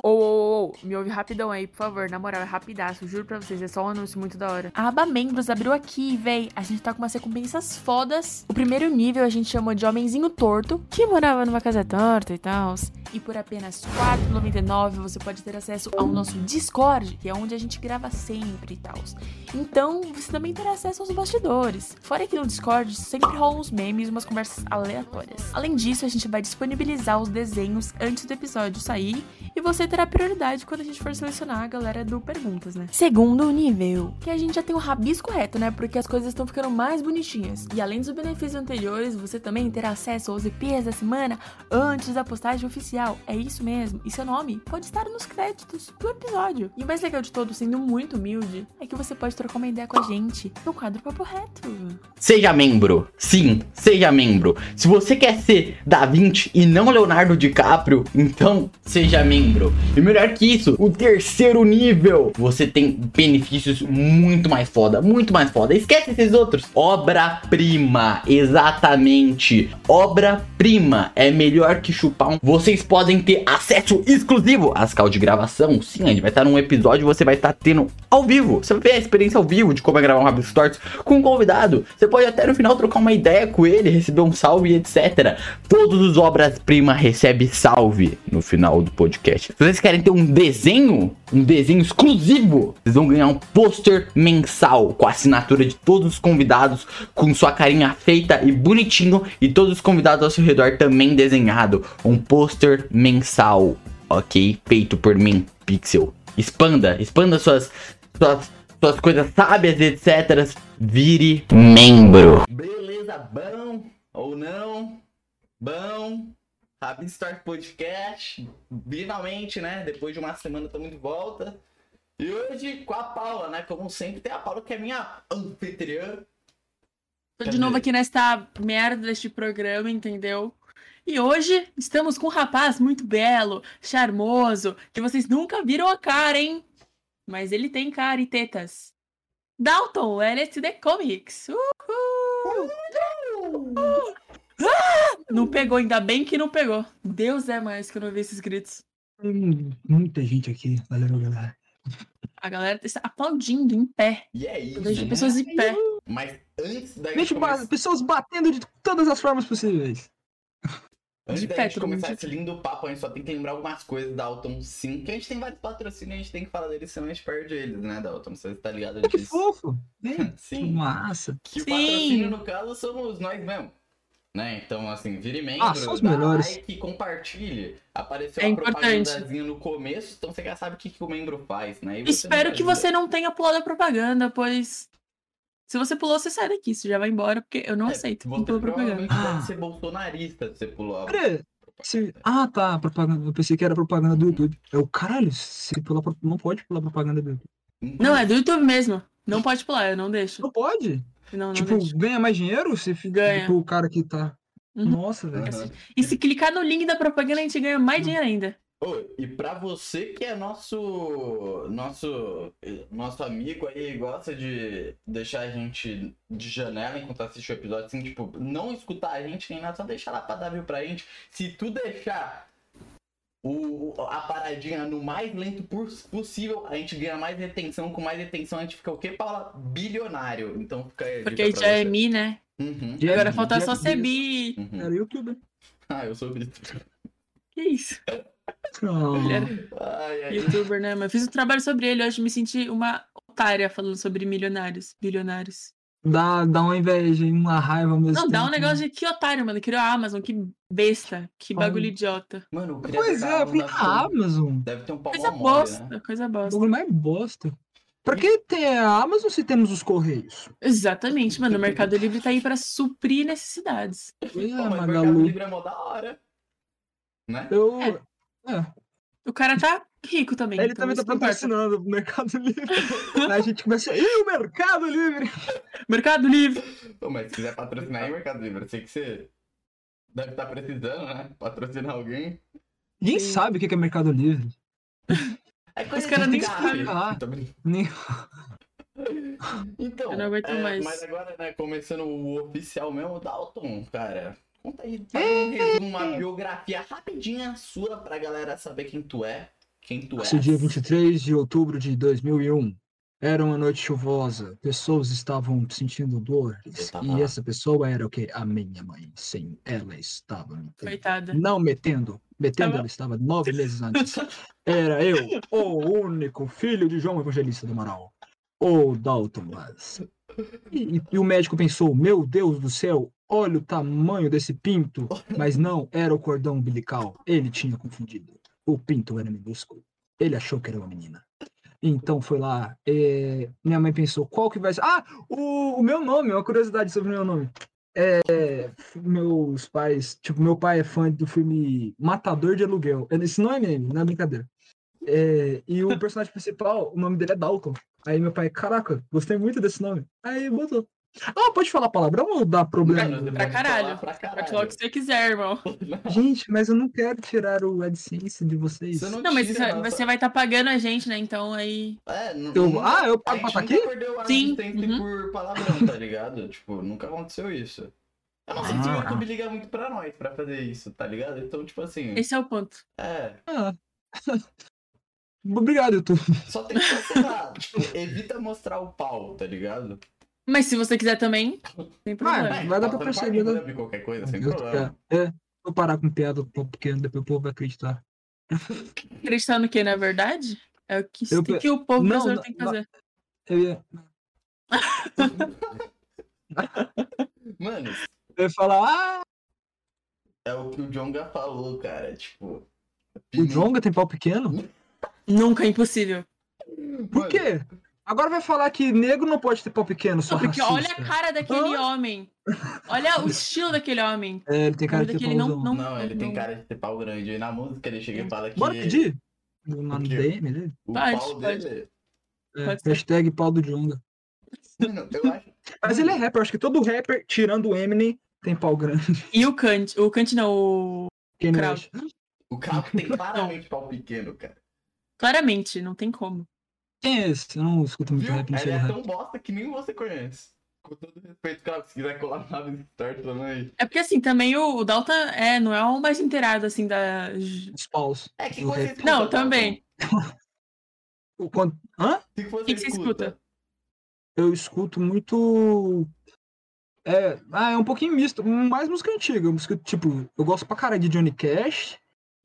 Ou, ou, ou, me ouve rapidão aí, por favor. Na moral, é rapidaço. Juro pra vocês, é só um anúncio muito da hora. A aba membros abriu aqui, véi. A gente tá com umas recompensas fodas. O primeiro nível a gente chamou de Homenzinho Torto, que morava numa casa torta e tal. E por apenas R$4,99 você pode ter acesso ao nosso Discord, que é onde a gente grava sempre e tal. Então você também terá acesso aos bastidores. Fora que no Discord sempre rolam uns memes e umas conversas aleatórias. Além disso, a gente vai disponibilizar os desenhos antes do episódio sair e você terá prioridade quando a gente for selecionar a galera do Perguntas, né? Segundo nível, que a gente já tem o rabisco reto, né? Porque as coisas estão ficando mais bonitinhas. E além dos benefícios anteriores, você também terá acesso aos EPs da semana antes da postagem oficial. É isso mesmo. E seu nome pode estar nos créditos do episódio. E o mais legal de todo, sendo muito humilde, é que você pode trocar uma ideia com a gente no quadro Papo Reto. Seja membro. Sim, seja membro. Se você quer ser Da Vinci e não Leonardo DiCaprio, então seja membro. E melhor que isso, o terceiro nível, você tem benefícios muito mais foda, muito mais foda. Esquece esses outros. Obra-prima, exatamente. Obra-prima é melhor que chupar um. Vocês podem ter acesso exclusivo às cal de gravação. Sim, a gente vai estar num episódio, você vai estar tendo ao vivo. Você vai ver a experiência ao vivo de como é gravar um Rabisco Tortos com um convidado. Você pode até no final trocar uma ideia com ele, receber um salve, etc. Todos os obras-prima recebem salve no final do podcast. Se vocês querem ter um desenho, um desenho exclusivo, vocês vão ganhar um pôster mensal com a assinatura de todos os convidados, com sua carinha feita e bonitinho, e todos os convidados ao seu redor também desenhado. Um pôster mensal, ok? Feito por mim, Pixel. Expanda, expanda suas, suas, suas coisas sábias, etc. Vire membro. Beleza, bom ou não? Bom. Rapid Start Podcast. Finalmente, né? Depois de uma semana estamos de volta. E hoje com a Paula, né? Como sempre, tem a Paula que é minha anfitriã. Tô de novo aqui nesta merda deste programa, entendeu? E hoje estamos com um rapaz muito belo, charmoso, que vocês nunca viram a cara, hein? Mas ele tem cara e tetas. Dalton, LSD Comics. Uhul! Uhul! Ah! Não pegou, ainda bem que não pegou. Deus é mais que eu não vi esses gritos. Tem muita gente aqui, valeu, galera. A galera está aplaudindo em pé. E é isso. Eu vejo pessoas em pé. Mas antes da gente Gente, ba- começar, pessoas batendo de todas as formas possíveis. antes da pé, gente todo mundo começar de esse lindo papo, a gente só tem que lembrar algumas coisas da Alton sim. Que a gente tem vários patrocínios, a gente tem que falar deles, senão a gente perde eles, né, Dalton? Você tá ligado Olha que disso? fofo. né? Que Sim. massa. Que o Sim. patrocínio, no caso, somos nós mesmo. Né? Então, assim, vire membro, Ah, são os dá melhores. like, compartilhe. Apareceu É uma importante. propagandazinha no começo, então você já sabe o que, que o membro faz, né? E você Espero nos que ajuda. você não tenha pulado a propaganda, pois. Se você pulou, você sai daqui, você já vai embora, porque eu não É, aceito. Não Você pulou a propaganda. provavelmente deve Ah. ser bolsonarista se você pulou a Pera, você- propaganda. Ah, tá, propaganda. Eu pensei que era propaganda do YouTube. Eu, caralho, você pular pro- não pode pular propaganda do YouTube. Não, é do YouTube mesmo. Não pode pular, eu não deixo. Não pode? Não, não tipo, deixo. ganha mais dinheiro? Você fica Ganha. tipo, o cara que tá. Uhum. Nossa, velho. Aham. E se clicar no link da propaganda, a gente ganha mais dinheiro ainda. Ô, e pra você que é nosso nosso nosso amigo aí e gosta de deixar a gente de janela enquanto assiste o episódio, assim, tipo, não escutar a gente nem nada, só deixar lá pra dar view pra gente. Se tu deixar o, o- a paradinha no mais lento por- possível, a gente ganha mais retenção. Com mais retenção, a gente fica o quê, Paula? Bilionário. Então fica aí. a Porque a dica gente pra é você. Mi, né? Uhum, Agora Jeff- falta Jeff só ser Bezos. bi. uhum. Era youtuber. Ah, eu sou visto. Que isso? Ele Calma. era Ai, ai. youtuber, né? Mas eu fiz um trabalho sobre ele hoje, me senti uma otária falando sobre milionários, bilionários. Dá, dá uma inveja e uma raiva ao mesmo Não, dá um tempo, né? negócio de que otário, mano. Criou a Amazon, que besta, que Olha. um bagulho idiota. Mano, eu queria Pois dar é, eu um falei, da ah, Amazon. Deve ter um pau Coisa mó mole, né? bosta, coisa O bosta. bagulho mais bosta. Pra que tem a Amazon se temos os Correios? Exatamente, mano. O Mercado Livre tá aí pra suprir necessidades. Pois é, Ah, Pô, mas Mercado Magalu. Livre é mó da hora. Né? Eu. É. é, O cara tá rico também. Ele então também isso tá não importa. patrocinando o Mercado Livre. Aí a gente começa. Ih, o Mercado Livre! Mercado Livre. Pô, mas se quiser patrocinar aí, Mercado Livre, eu sei que você deve estar precisando, né? Patrocinar alguém. Ninguém Sim. sabe o que é Mercado Livre. É coisa caras de nem cara. explicam. Tô brincando. Nem- Então, Eu não aguento é, mais. mas agora, né, começando o oficial mesmo, Dalton, cara, conta aí, faz um resumo, uma biografia rapidinha sua pra galera saber quem tu é, Quem tu és? Esse dia 23 de outubro de 2001. Era uma noite chuvosa, pessoas estavam sentindo dores, Eu tava e lá. essa pessoa era o quê? A minha mãe. Sim, ela estava me tendo. Coitada. Não metendo. Metendo, Tava- ela estava nove meses antes. Era eu, o único filho de João Evangelista do Amaral. O Dalton Vaz. E, e- e o médico pensou: meu Deus do céu, olha o tamanho desse pinto. Mas não, era o cordão umbilical. Ele tinha confundido. O pinto era minúsculo. Ele achou que era uma menina. Então foi lá. eh, minha mãe pensou: qual que vai ser. Ah, o, o meu nome, uma curiosidade sobre o meu nome. É, meus pais, tipo, meu pai é fã do filme Matador de Aluguel. Esse não é meme, não é brincadeira. É, e o personagem principal, o nome dele é Dalton. Aí meu pai, caraca, gostei muito desse nome. Aí botou. Ah, pode falar palavrão ou dá problema? Mano, Pra caralho. falar pra caralho. Pode falar o que você quiser, irmão. Gente, mas eu não quero tirar o AdSense de vocês. Você não, Não, mas tira, você, nossa- você vai estar pagando a gente, né? Então aí. É, não- Eu- não- ah, eu a pago gente pra estar nunca aqui? perdeu a Sim, assistente uhum. por palavrão, tá ligado? tipo, nunca aconteceu isso. Eu não sei se o Ah. YouTube liga muito pra nós pra fazer isso, tá ligado? Então, tipo assim, Esse é o ponto. é. Ah. Obrigado, YouTube. Só tem que cancelar. tipo, evita mostrar o pau, tá ligado? Mas se você quiser também, sem problema. Vai dar pra bota no perceber, né? Pornhub, Qualquer coisa, sem Eu- problema. é, é, vou parar com piada porque depois o povo vai acreditar. Acreditar no que, na verdade? É o que, Eu tem pe- que o povo Não, brasileiro não, tem que fazer. Eu ia, Mano, eu ia falar, ah, é o que o Jonga falou, cara. Tipo. o Jonga tem pau pequeno? Nunca é impossível. Por quê? Agora vai falar que negro não pode ter pau pequeno, só Não, porque olha racista. a cara daquele homem. Olha o estilo daquele homem. É, ele tem cara de Ainda ter que ele não, não, pauzão. Não, ele tem não- cara de ter pau grande. E na música ele chega e fala que Bora pedir? Lá no quê? DM dele? o Pode, pau pode. dele. É, Pode ser. hashtag pau do Jonga. Mano, eu acho. Mas ele é rapper, acho que todo rapper, tirando o Eminem, tem pau grande. E o Kant. O Kant não, o... Quem não Cravo. acha? O carro tem claramente pau pequeno, cara. Claramente, não tem como. Quem é esse? Eu não escuto muito Viu? rap, não Ele sei é do rap. tão bosta que nem você conhece. Com todo respeito, cara, se quiser colar na história também. É porque assim, também o, o Dalton é, não é o mais inteirado, assim, da. j- Os paus. É que Do coisa rap. escuta, Não, Dalton? também. O quanto- Hã? O que que você, que você escuta? Eu escuto muito... É, ah, é um pouquinho misto, mais música antiga. Eu escuto, tipo, eu gosto pra caralho de Johnny Cash,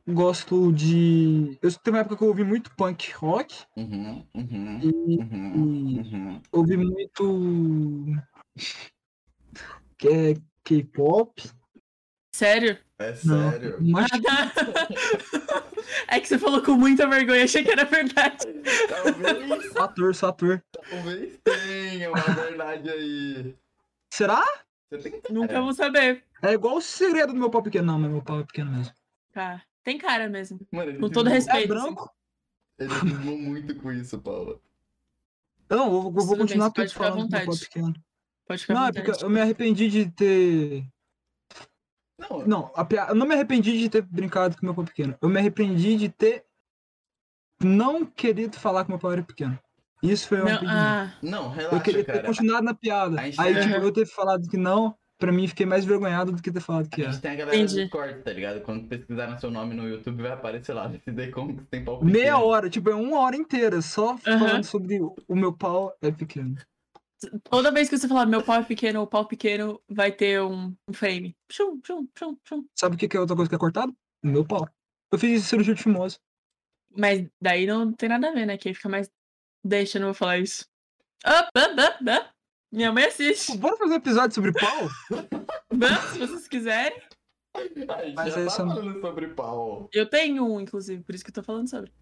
gosto de... Eu, teve uma época que eu ouvi muito punk rock, Uhum, uhum, e uhum, e uhum. ouvi muito que é K-pop. um Sério? É Não, sério. Mas é que você falou com muita vergonha, achei que era verdade. É. Talvez, Sator, Sator. talvez tenha uma verdade aí. Será? Você tem que Nunca Então, vou saber. É igual o segredo do meu pau pequeno. Não, mas meu pau é pequeno mesmo. Tá. Tem cara mesmo. Mano, ele Com todo cismou- respeito. É branco? Ele filmou muito com isso, Paula. Eu não, eu vou, eu vou Tudo bem, continuar você pode tudo ficar à falando do meu pau vontade. pequeno. Pode ficar Não, à é vontade. porque eu me arrependi de ter. Não, Não, a pia- eu não me arrependi de ter brincado com meu pau pequeno. Eu me arrependi de ter não querido falar que meu pau era pequeno. Isso foi um Não, arrependimento. ah, não, Eu relaxa, queria ter cara. continuado na piada. A gente Aí, tem- um tipo, eu ter falado que não, pra mim fiquei mais vergonhado do que ter falado que A era. gente tem a galera Entendi. do Discord, tá ligado? Quando pesquisar no seu nome no YouTube, vai aparecer lá. Se dê como que tem pau pequeno. Meia hora, tipo, é uma hora inteira, só falando sobre o o meu pau é pequeno. toda vez que você falar meu pau é pequeno ou pau pequeno, vai ter um, um frame. Chum, chum, chum, chum. Sabe o que que é outra coisa que é cortado? O meu pau. Eu fiz cirurgia de fimose. Mas daí não tem nada a ver, né? Que aí fica mais. Deixa, eu não vou falar isso. Ah, bah, bah, bah. Minha mãe assiste. Bora fazer um episódio sobre pau? Bah, se vocês quiserem. A gente Mas já aí tá são- falando sobre pau. Eu tenho um, inclusive, por isso que eu tô falando sobre.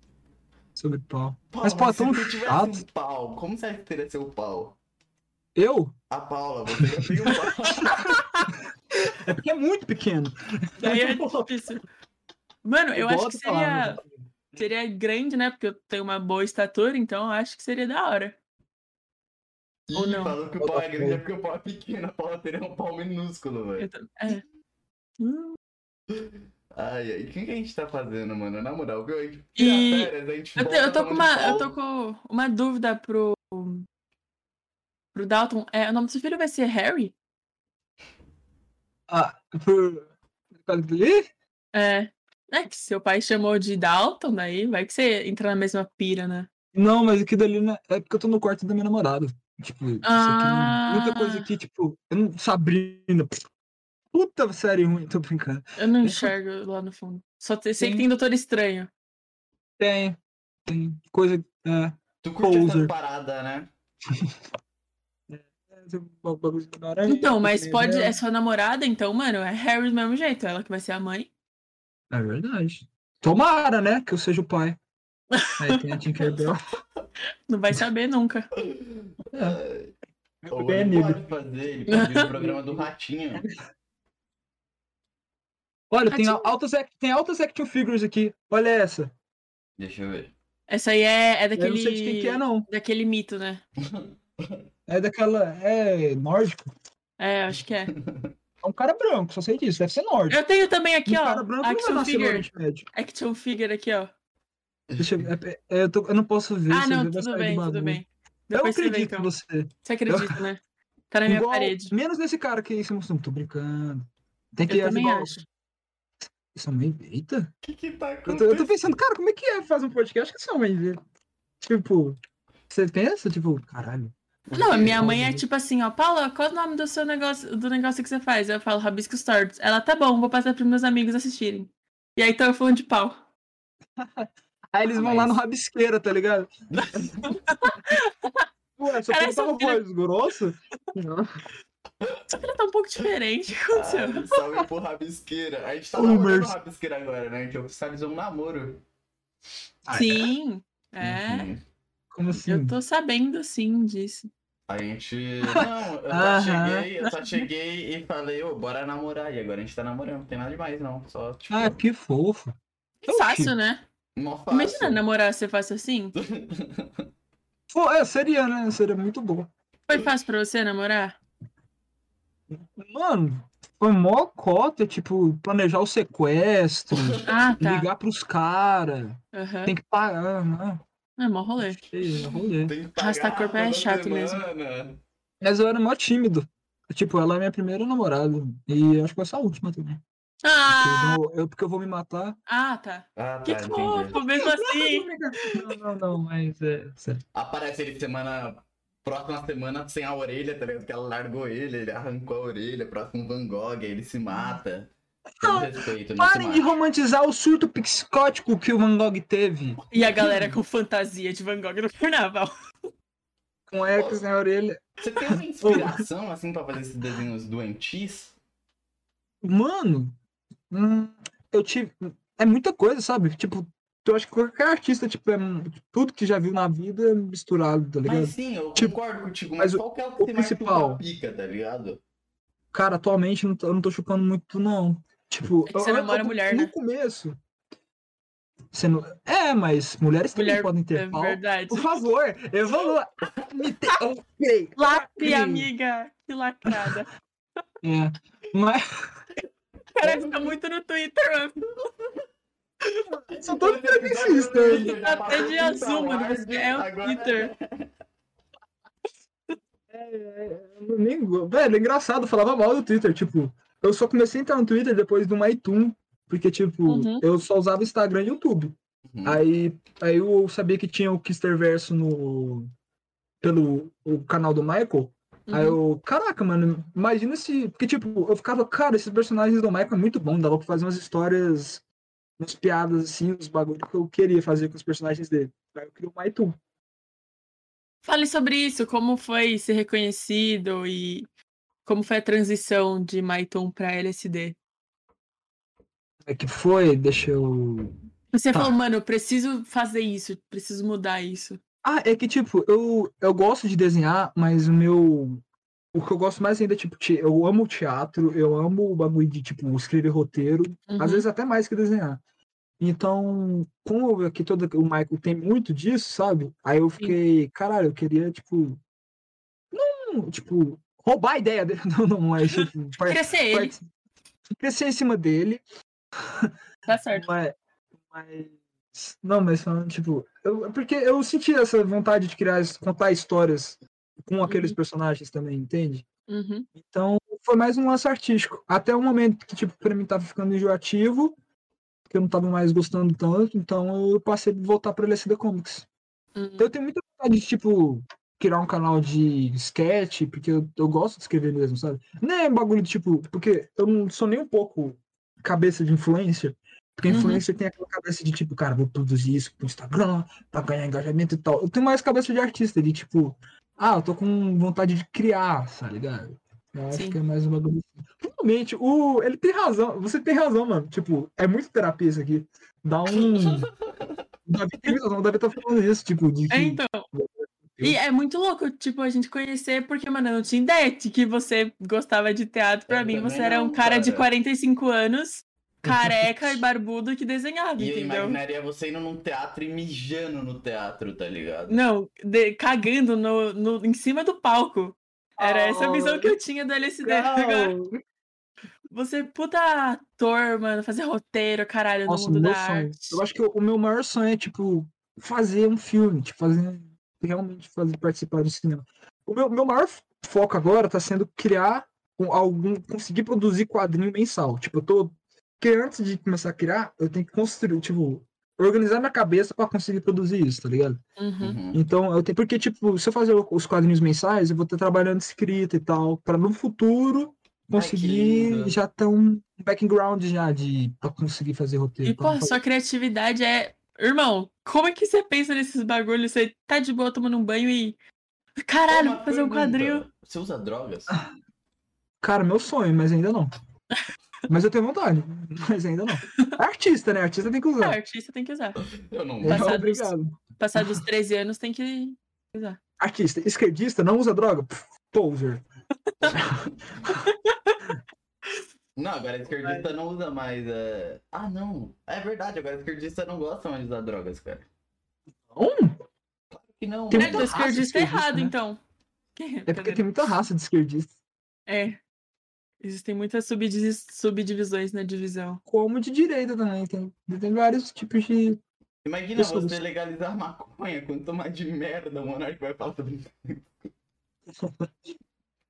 sobre pau. Paula, Mas, pô, é se tão você tivesse chato. um pau, como você teria seu pau? Eu? A Paula, você já tem um pau. É porque é muito pequeno. Daí é difícil. Mano, eu acho Igual que eu tô falando. seria, seria grande, né? Porque eu tenho uma boa estatura, então eu acho que seria da hora. Ou Ih, não. Falou que o pau é grande é porque o pau é pequeno. A Paula teria um pau minúsculo, velho. Eu tô- é. Hum. Ai, ai, o que, que a gente tá fazendo, mano? Na moral, viu? A gente E- tira férias, a gente Eu, te- volta eu tô com falando uma, de eu pau. tô com uma dúvida pro. Pro Dalton. É, o nome do seu filho vai ser Harry? Ah, por. Ih, É. É que seu pai chamou de Dalton, daí vai que você entra na mesma pira, né? Não, mas aqui dali né, é porque eu tô no quarto da minha namorada. Tipo, isso aqui. Ah. Muita coisa aqui, tipo, eu não, Sabrina. pff, Puta série ruim, tô brincando. Eu não Deixa enxergo lá no fundo. Só te- sei que Tem- tem Doutor Estranho. Tem, tem coisa. É, Tu curte essa Poser. parada, né? tem um bagulho de aranha, Então, mas tem pode. dela. É sua namorada, então, mano, é Harry do mesmo jeito. Ela que vai ser a mãe. É verdade. Tomara, né? Que eu seja o pai. Aí tem a Tinkerbell. Não vai saber nunca. Eu Ou bem ele amigo. pode fazer, ele pode vir no programa do Ratinho. Olha, tem Ratinho. altas, act- tem altas action figures aqui. Olha essa. Deixa eu ver. Essa aí é, é Eu não daquele. sei de quem que é, não. Daquele mito, né? É daquela. É nórdico. É, eu acho que é. É um cara branco, só sei disso. Deve ser nórdico. Eu tenho também aqui, um ó. cara branco não vai Action nascer no figure. Oriente Médio. Action figure aqui, ó. Deixa eu, ver. é- é- eu, tô- eu não posso ver. Ah, se não, eu ver, vai tudo sair do bem, tudo bagulho. bem. Eu Depois você vê, acredito em então. você. Você acredita, né? Tá na minha Igual- parede. Menos nesse cara aqui, esse moço. Não tô brincando. Tem que Eu também igual- acho. Isso é uma Eita. O que que tá Eu tô, eu tô acontecendo? pensando, cara, como é que é fazer um podcast que só mãe vê? Tipo, você pensa, tipo, caralho. Não, a minha mãe é Uhum. tipo assim, ó, Paula, qual é o nome do seu negócio, do negócio que você faz? Eu falo, Rabisco Stories. Ela, tá bom, vou passar pros meus amigos assistirem. E aí, então eu falando de pau. Aí eles Ah, vão lá mas- no rabisqueira, tá ligado? Ué, só Cara, que essa tava filha- voz grossa. Só que ela tá um pouco diferente. O que aconteceu? Ah, salve pro Rabisqueira. A gente tá Boomers. namorando o Rabisqueira agora, né? A gente oficializou um namoro. Ah, é? Uhum. Sim, é. Enfim, Como assim? Eu tô sabendo sim disso. A gente. Não, eu só, Aham. cheguei, eu só cheguei e falei, ô, bora namorar. E agora a gente tá namorando, não tem nada demais, não. Só, tipo, Ah, que fofo. Que Oxi. fácil, né? mó fácil. Imagina né? namorar ser fácil assim. Pô, é, seria, né? Seria muito bom. Foi fácil pra você namorar? Mano, foi mó cota, tipo, planejar o sequestro, Ah, tá. ligar pros caras, Aham. tem que pagar, né? É mó rolê. Cheio, rolê. Tem que Arrastar pagar corpo é toda chato mesmo. semana. Mas eu era mó tímido. Tipo, ela é minha primeira namorada. E acho que vai ser a última também. Porque Ah, eu, não- eu- porque eu vou me matar. ah tá. Ah, tá, Que entendi. fofo, mesmo assim. Não, não, não, mas é. Sério. Aparece ele semana. Próxima semana sem a orelha, tá ligado? Porque ela largou ele, ele arrancou a orelha, próximo Van Gogh, aí ele se mata. Ah, Com respeito, não se Parem de mate. romantizar o surto psicótico que o Van Gogh teve E a galera com fantasia de Van Gogh no carnaval. com X na orelha. Você tem uma inspiração, assim, pra fazer esses desenhos doentis? Mano, hum, eu tive. É muita coisa, sabe? Tipo, eu acho que qualquer artista, tipo, é um- tudo que já viu na vida misturado, tá ligado? Mas sim, eu Tipo, concordo contigo, mas, mas o- qual que é o o que tem mais principal. tua pica, tá ligado? Cara, atualmente eu não tô, eu não tô chupando muito, não. Tipo, É que você eu- eu- namora eu- mulher, no né? começo. Você não... É, mas mulheres Mulher- também podem ter É pau. verdade. Por favor, eu vou. Me te... Ok. Lacre, Hum. amiga. Que lacrada. É. Mas Caraca, tá muito no Twitter, mano. são todos né? progressistas. Ele Tá até de azul, mano. Você É o Twitter. Eu É, nem go- Velho, é engraçado, eu falava mal do Twitter. Tipo, eu só comecei a entrar no Twitter depois do MyToon. Porque, tipo, Uhum. eu só usava Instagram e YouTube. Uhum. Aí, aí eu sabia que tinha o Kisterverso no. pelo o canal do Michael. Aí Uhum. eu, caraca, mano, imagina se. Porque, tipo, eu ficava, cara, esses personagens do Michael é muito bom, dava pra fazer umas histórias, umas piadas, assim, uns bagulhos que eu queria fazer com os personagens dele. Aí eu criei o Maitu. Fale sobre isso, como foi ser reconhecido e como foi a transição de Maiton pra LSD. É que foi, deixa eu. Você Tá. falou, mano, eu preciso fazer isso, preciso mudar isso. Ah, é que, tipo, eu, eu gosto de desenhar, mas o meu. O que eu gosto mais ainda é, tipo, te- eu amo teatro, eu amo o bagulho de, tipo, escrever roteiro. Uhum. Às vezes até mais que desenhar. Então, como aqui todo o Michael tem muito disso, sabe? Aí eu fiquei, caralho, eu queria, tipo. Não, tipo, roubar a ideia dele. Não, não, mas tipo, par- Queria ser par- ele, crescer em cima dele. tá certo. Mas, mas- Não, mas falando, tipo. eu- porque eu senti essa vontade de criar, contar histórias com aqueles personagens também, entende? Uhum. Então, foi mais um lance artístico. Até o momento que, tipo, pra mim tava ficando enjoativo, que eu não tava mais gostando tanto, então eu passei a voltar pra LSD Comics. Hum. Então, Eu tenho muita vontade de, tipo, criar um canal de sketch, porque eu, eu gosto de escrever mesmo, sabe? Não é um bagulho de, tipo, porque eu não sou nem um pouco cabeça de influencer, porque Uhum. influencer tem aquela cabeça de, tipo, cara, vou produzir isso pro Instagram, pra ganhar engajamento e tal. Eu tenho mais cabeça de artista, de, tipo, ah, eu tô com vontade de criar, tá ligado? Eu acho Sim. que é mais uma bagulho. Realmente, o... ele tem razão. Você tem razão, mano. Tipo, é muito terapia isso aqui. Dá um. O Davi tem razão, o Davi tá falando isso, tipo, de que- É, então. E é muito louco, tipo, a gente conhecer, porque, mano, eu não tinha ideia de que você gostava de teatro. Pra É Eu mim, você também era um não, cara, de cara. 45 anos, careca e barbudo que desenhava, E eu entendeu? imaginaria você indo num teatro e mijando no teatro, tá ligado? Não, de- cagando no, no, em cima do palco. Era essa Oh, a visão que eu tinha do LSD. Agora, Não. você, puta ator, mano, fazer roteiro, caralho, Nossa, no mundo meu da sonho. arte. Eu acho que o meu maior sonho é, tipo, fazer um filme, tipo, fazer realmente fazer participar do cinema. O meu, meu maior foco agora tá sendo criar um- algum. conseguir produzir quadrinho mensal. Tipo, eu tô. Porque antes de começar a criar, eu tenho que construir, tipo, organizar minha cabeça pra conseguir produzir isso, tá ligado? Uhum. Uhum. Então, eu tenho. Porque, tipo, se eu fazer o- os quadrinhos mensais, eu vou estar trabalhando escrita e tal, pra no futuro conseguir lindo. já ter um background já de pra conseguir fazer roteiro. Então, E, pra não pô, sua criatividade é. Irmão, como é que você pensa nesses bagulhos? Você tá de boa tomando um banho e. Caralho, Uma vou fazer um pergunta, quadril. Você usa drogas? Cara, meu sonho, mas ainda não. Mas eu tenho vontade, mas ainda não. É artista, né? Artista tem que Ah, usar. artista tem que usar. Eu não É, uso. passados- obrigado. Passar dos 13 anos tem que usar. Artista, esquerdista, não usa droga? Pff, Poser. Não, agora esquerdista não usa mais. é- Ah, não. É verdade, agora esquerdista não gosta mais de usar drogas, cara. Não? Que não. Tem É, mano. muita então raça esquerdista é esquerdista, errado, né? então. É porque tem muita raça de esquerdista. É. Existem muitas subdis- subdivisões na divisão. Como de direita também. Tem, tem vários tipos de. Imagina Isso, você isso. legalizar maconha, quanto mais de merda o monarca vai falar sobre isso.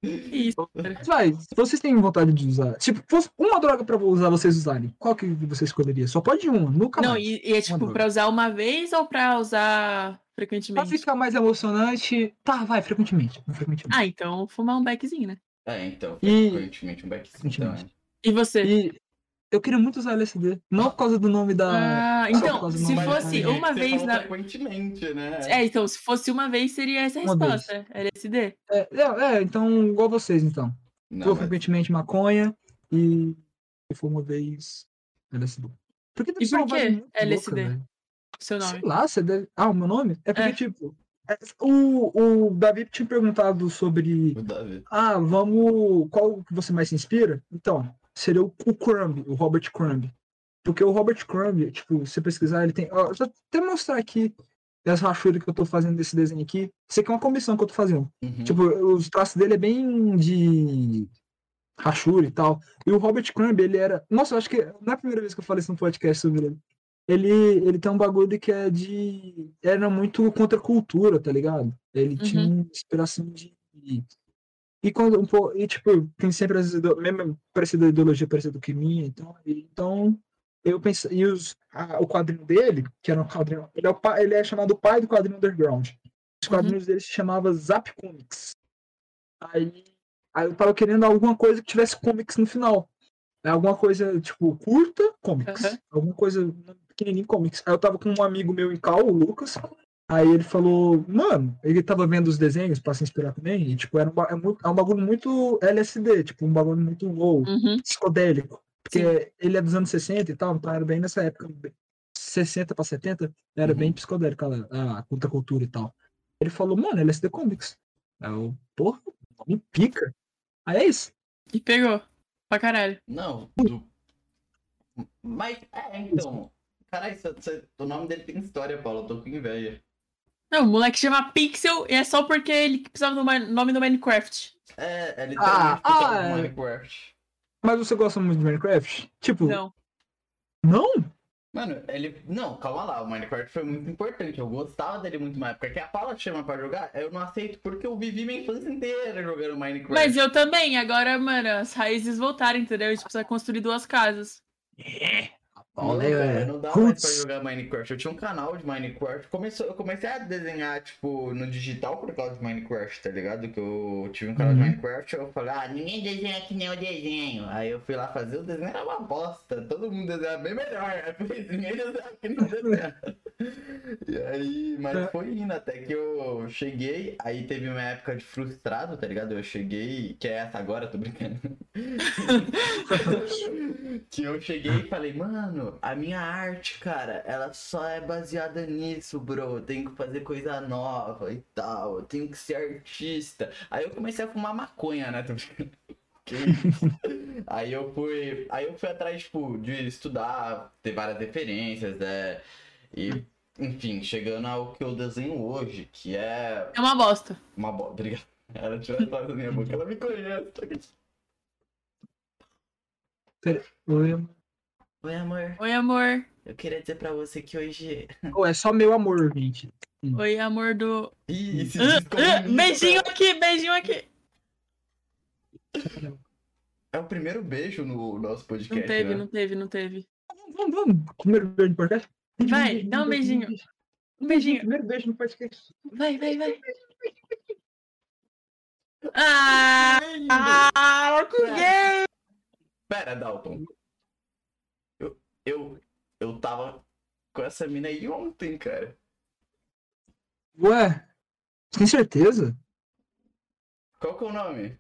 E Isso. Mas Vai, se vocês têm vontade de usar. tipo, Se fosse uma droga pra usar, vocês usarem, qual que você escolheria? Só pode uma, nunca Não, mais. e, e é tipo, droga. pra usar uma vez ou pra usar Pra frequentemente? ficar mais emocionante, tá, vai, frequentemente. frequentemente. Ah, então fumar um beckzinho, né? É, então, E- frequentemente um backseat. Então, Frequentemente. E você? E eu queria muito usar LSD. Não por causa do nome da. Ah, então, quase se não vai fosse sair. uma vez na. Frequentemente, né? É, então, se fosse uma vez, seria essa a Uma vez. resposta. LSD. É, é, é, então, igual vocês, então. Não, Não, mas- frequentemente maconha e se for uma vez LSD. Porque deve E ser por uma que vibe muito louca, LSD? velho. Seu Sei nome. lá, você deve. Ah, o meu nome? É porque, É. tipo. é- O, o Davi tinha perguntado sobre. O Davi. Ah, vamos. Qual que você mais se inspira? Então, seria o, o Crumb, o Robert Crumb. Porque o Robert Crumb, tipo, se você pesquisar, ele tem. Ó, deixa eu até mostrar aqui as rachuras que eu tô fazendo desse desenho aqui. Isso aqui é uma comissão que eu tô fazendo. Uhum. Tipo, os traços dele é bem de rachura e tal. E o Robert Crumb, ele era. Nossa, eu acho que não é a primeira vez que eu falei isso no podcast sobre ele. Ele, ele tem um bagulho que é de. Era muito contra a cultura, tá ligado? Ele tinha uma inspiração de. E quando um pouco. E tipo, tem sempre as. ideo- Mesmo parecida ideologia parecida que minha. Então, então eu pensei. E os, a- o quadrinho dele, que era um quadrinho. Ele é, o pa- ele é chamado o pai do quadrinho underground. Os quadrinhos dele se chamava Zap Comics. Aí, aí eu tava querendo alguma coisa que tivesse comics no final. É Alguma coisa, tipo, curta, comics. Aham. Alguma coisa pequenininha, comics. Aí eu tava com um amigo meu em Cal, o Lucas. Aí ele falou, mano, ele tava vendo os desenhos pra se inspirar também. E, tipo, era um, ba- é muito- é um bagulho muito LSD, tipo, um bagulho muito wow, Uhum. psicodélico. Porque ele é dos anos 60 e tal, então era bem nessa época, bem- 60 pra 70, era Uhum. bem psicodélico a, a contracultura e tal. Ele falou, mano, LSD Comics. Aí eu, porra, me pica. Aí é isso. E pegou. Pra caralho. Não, do... Mas, é, então. Caralho, cê- cê- o nome dele tem história, Paulo. Eu tô com inveja. Não, o moleque chama Pixel e é só porque ele precisava do ma- nome do Minecraft. É, é literalmente Ah, por causa ah, do é. Minecraft. Mas você gosta muito de Minecraft? Tipo, não? Não. Mano, ele. Não, calma lá. O Minecraft foi muito importante. Eu gostava dele muito na época. Que a Paula chama pra jogar, eu não aceito porque eu vivi minha infância inteira jogando Minecraft. Mas eu também. Agora, mano, as raízes voltaram, entendeu? A gente precisa construir duas casas. Olha, Não, cara, é. não dá mais Roots. pra jogar Minecraft. Eu tinha um canal de Minecraft. Começou, eu comecei a desenhar, tipo, no digital por causa de Minecraft, tá ligado? Que eu tive um canal de Uhum. Minecraft, eu falei, ah, ninguém desenha que nem eu desenho. Aí eu fui lá fazer, o desenho era uma bosta. Todo mundo desenhava bem melhor. Eu falei, ninguém desenha que nem eu desenho. E aí, É. mas foi indo até que eu cheguei, aí teve uma época de frustrado, tá ligado? Eu cheguei, que é essa agora, tô brincando. que eu cheguei e falei, mano, a minha arte, cara, ela só é baseada nisso, bro. Eu tenho que fazer coisa nova e tal. Eu tenho que ser artista. Aí eu comecei a fumar maconha, né? Tô brincando. Que isso? aí eu fui. Aí eu fui atrás, tipo, de estudar, ter várias referências, né? E, enfim, chegando ao que eu desenho hoje, que é É uma bosta. uma bosta. Obrigado. Ela tirou a palavra da minha boca. Ela me conhece. tá ligado? Oi. Oi, amor. Oi, amor. Eu queria dizer pra você que hoje. Ô, é só meu amor, gente. Oi, amor do. Hum. Ih, esse Ah, disco ah, é bonito. beijinho aqui, beijinho aqui. É o primeiro beijo no nosso podcast. Não teve, né? não teve, não teve. Vamos, vamos. Primeiro beijo no podcast. Vai, dá um beijinho. Um beijinho. Primeiro beijo no podcast. Vai, vai, vai. Ah, ah gay. Pera, Dalton. Eu, eu, eu tava com essa mina aí ontem, cara. Ué, você tem certeza? Qual que é o nome?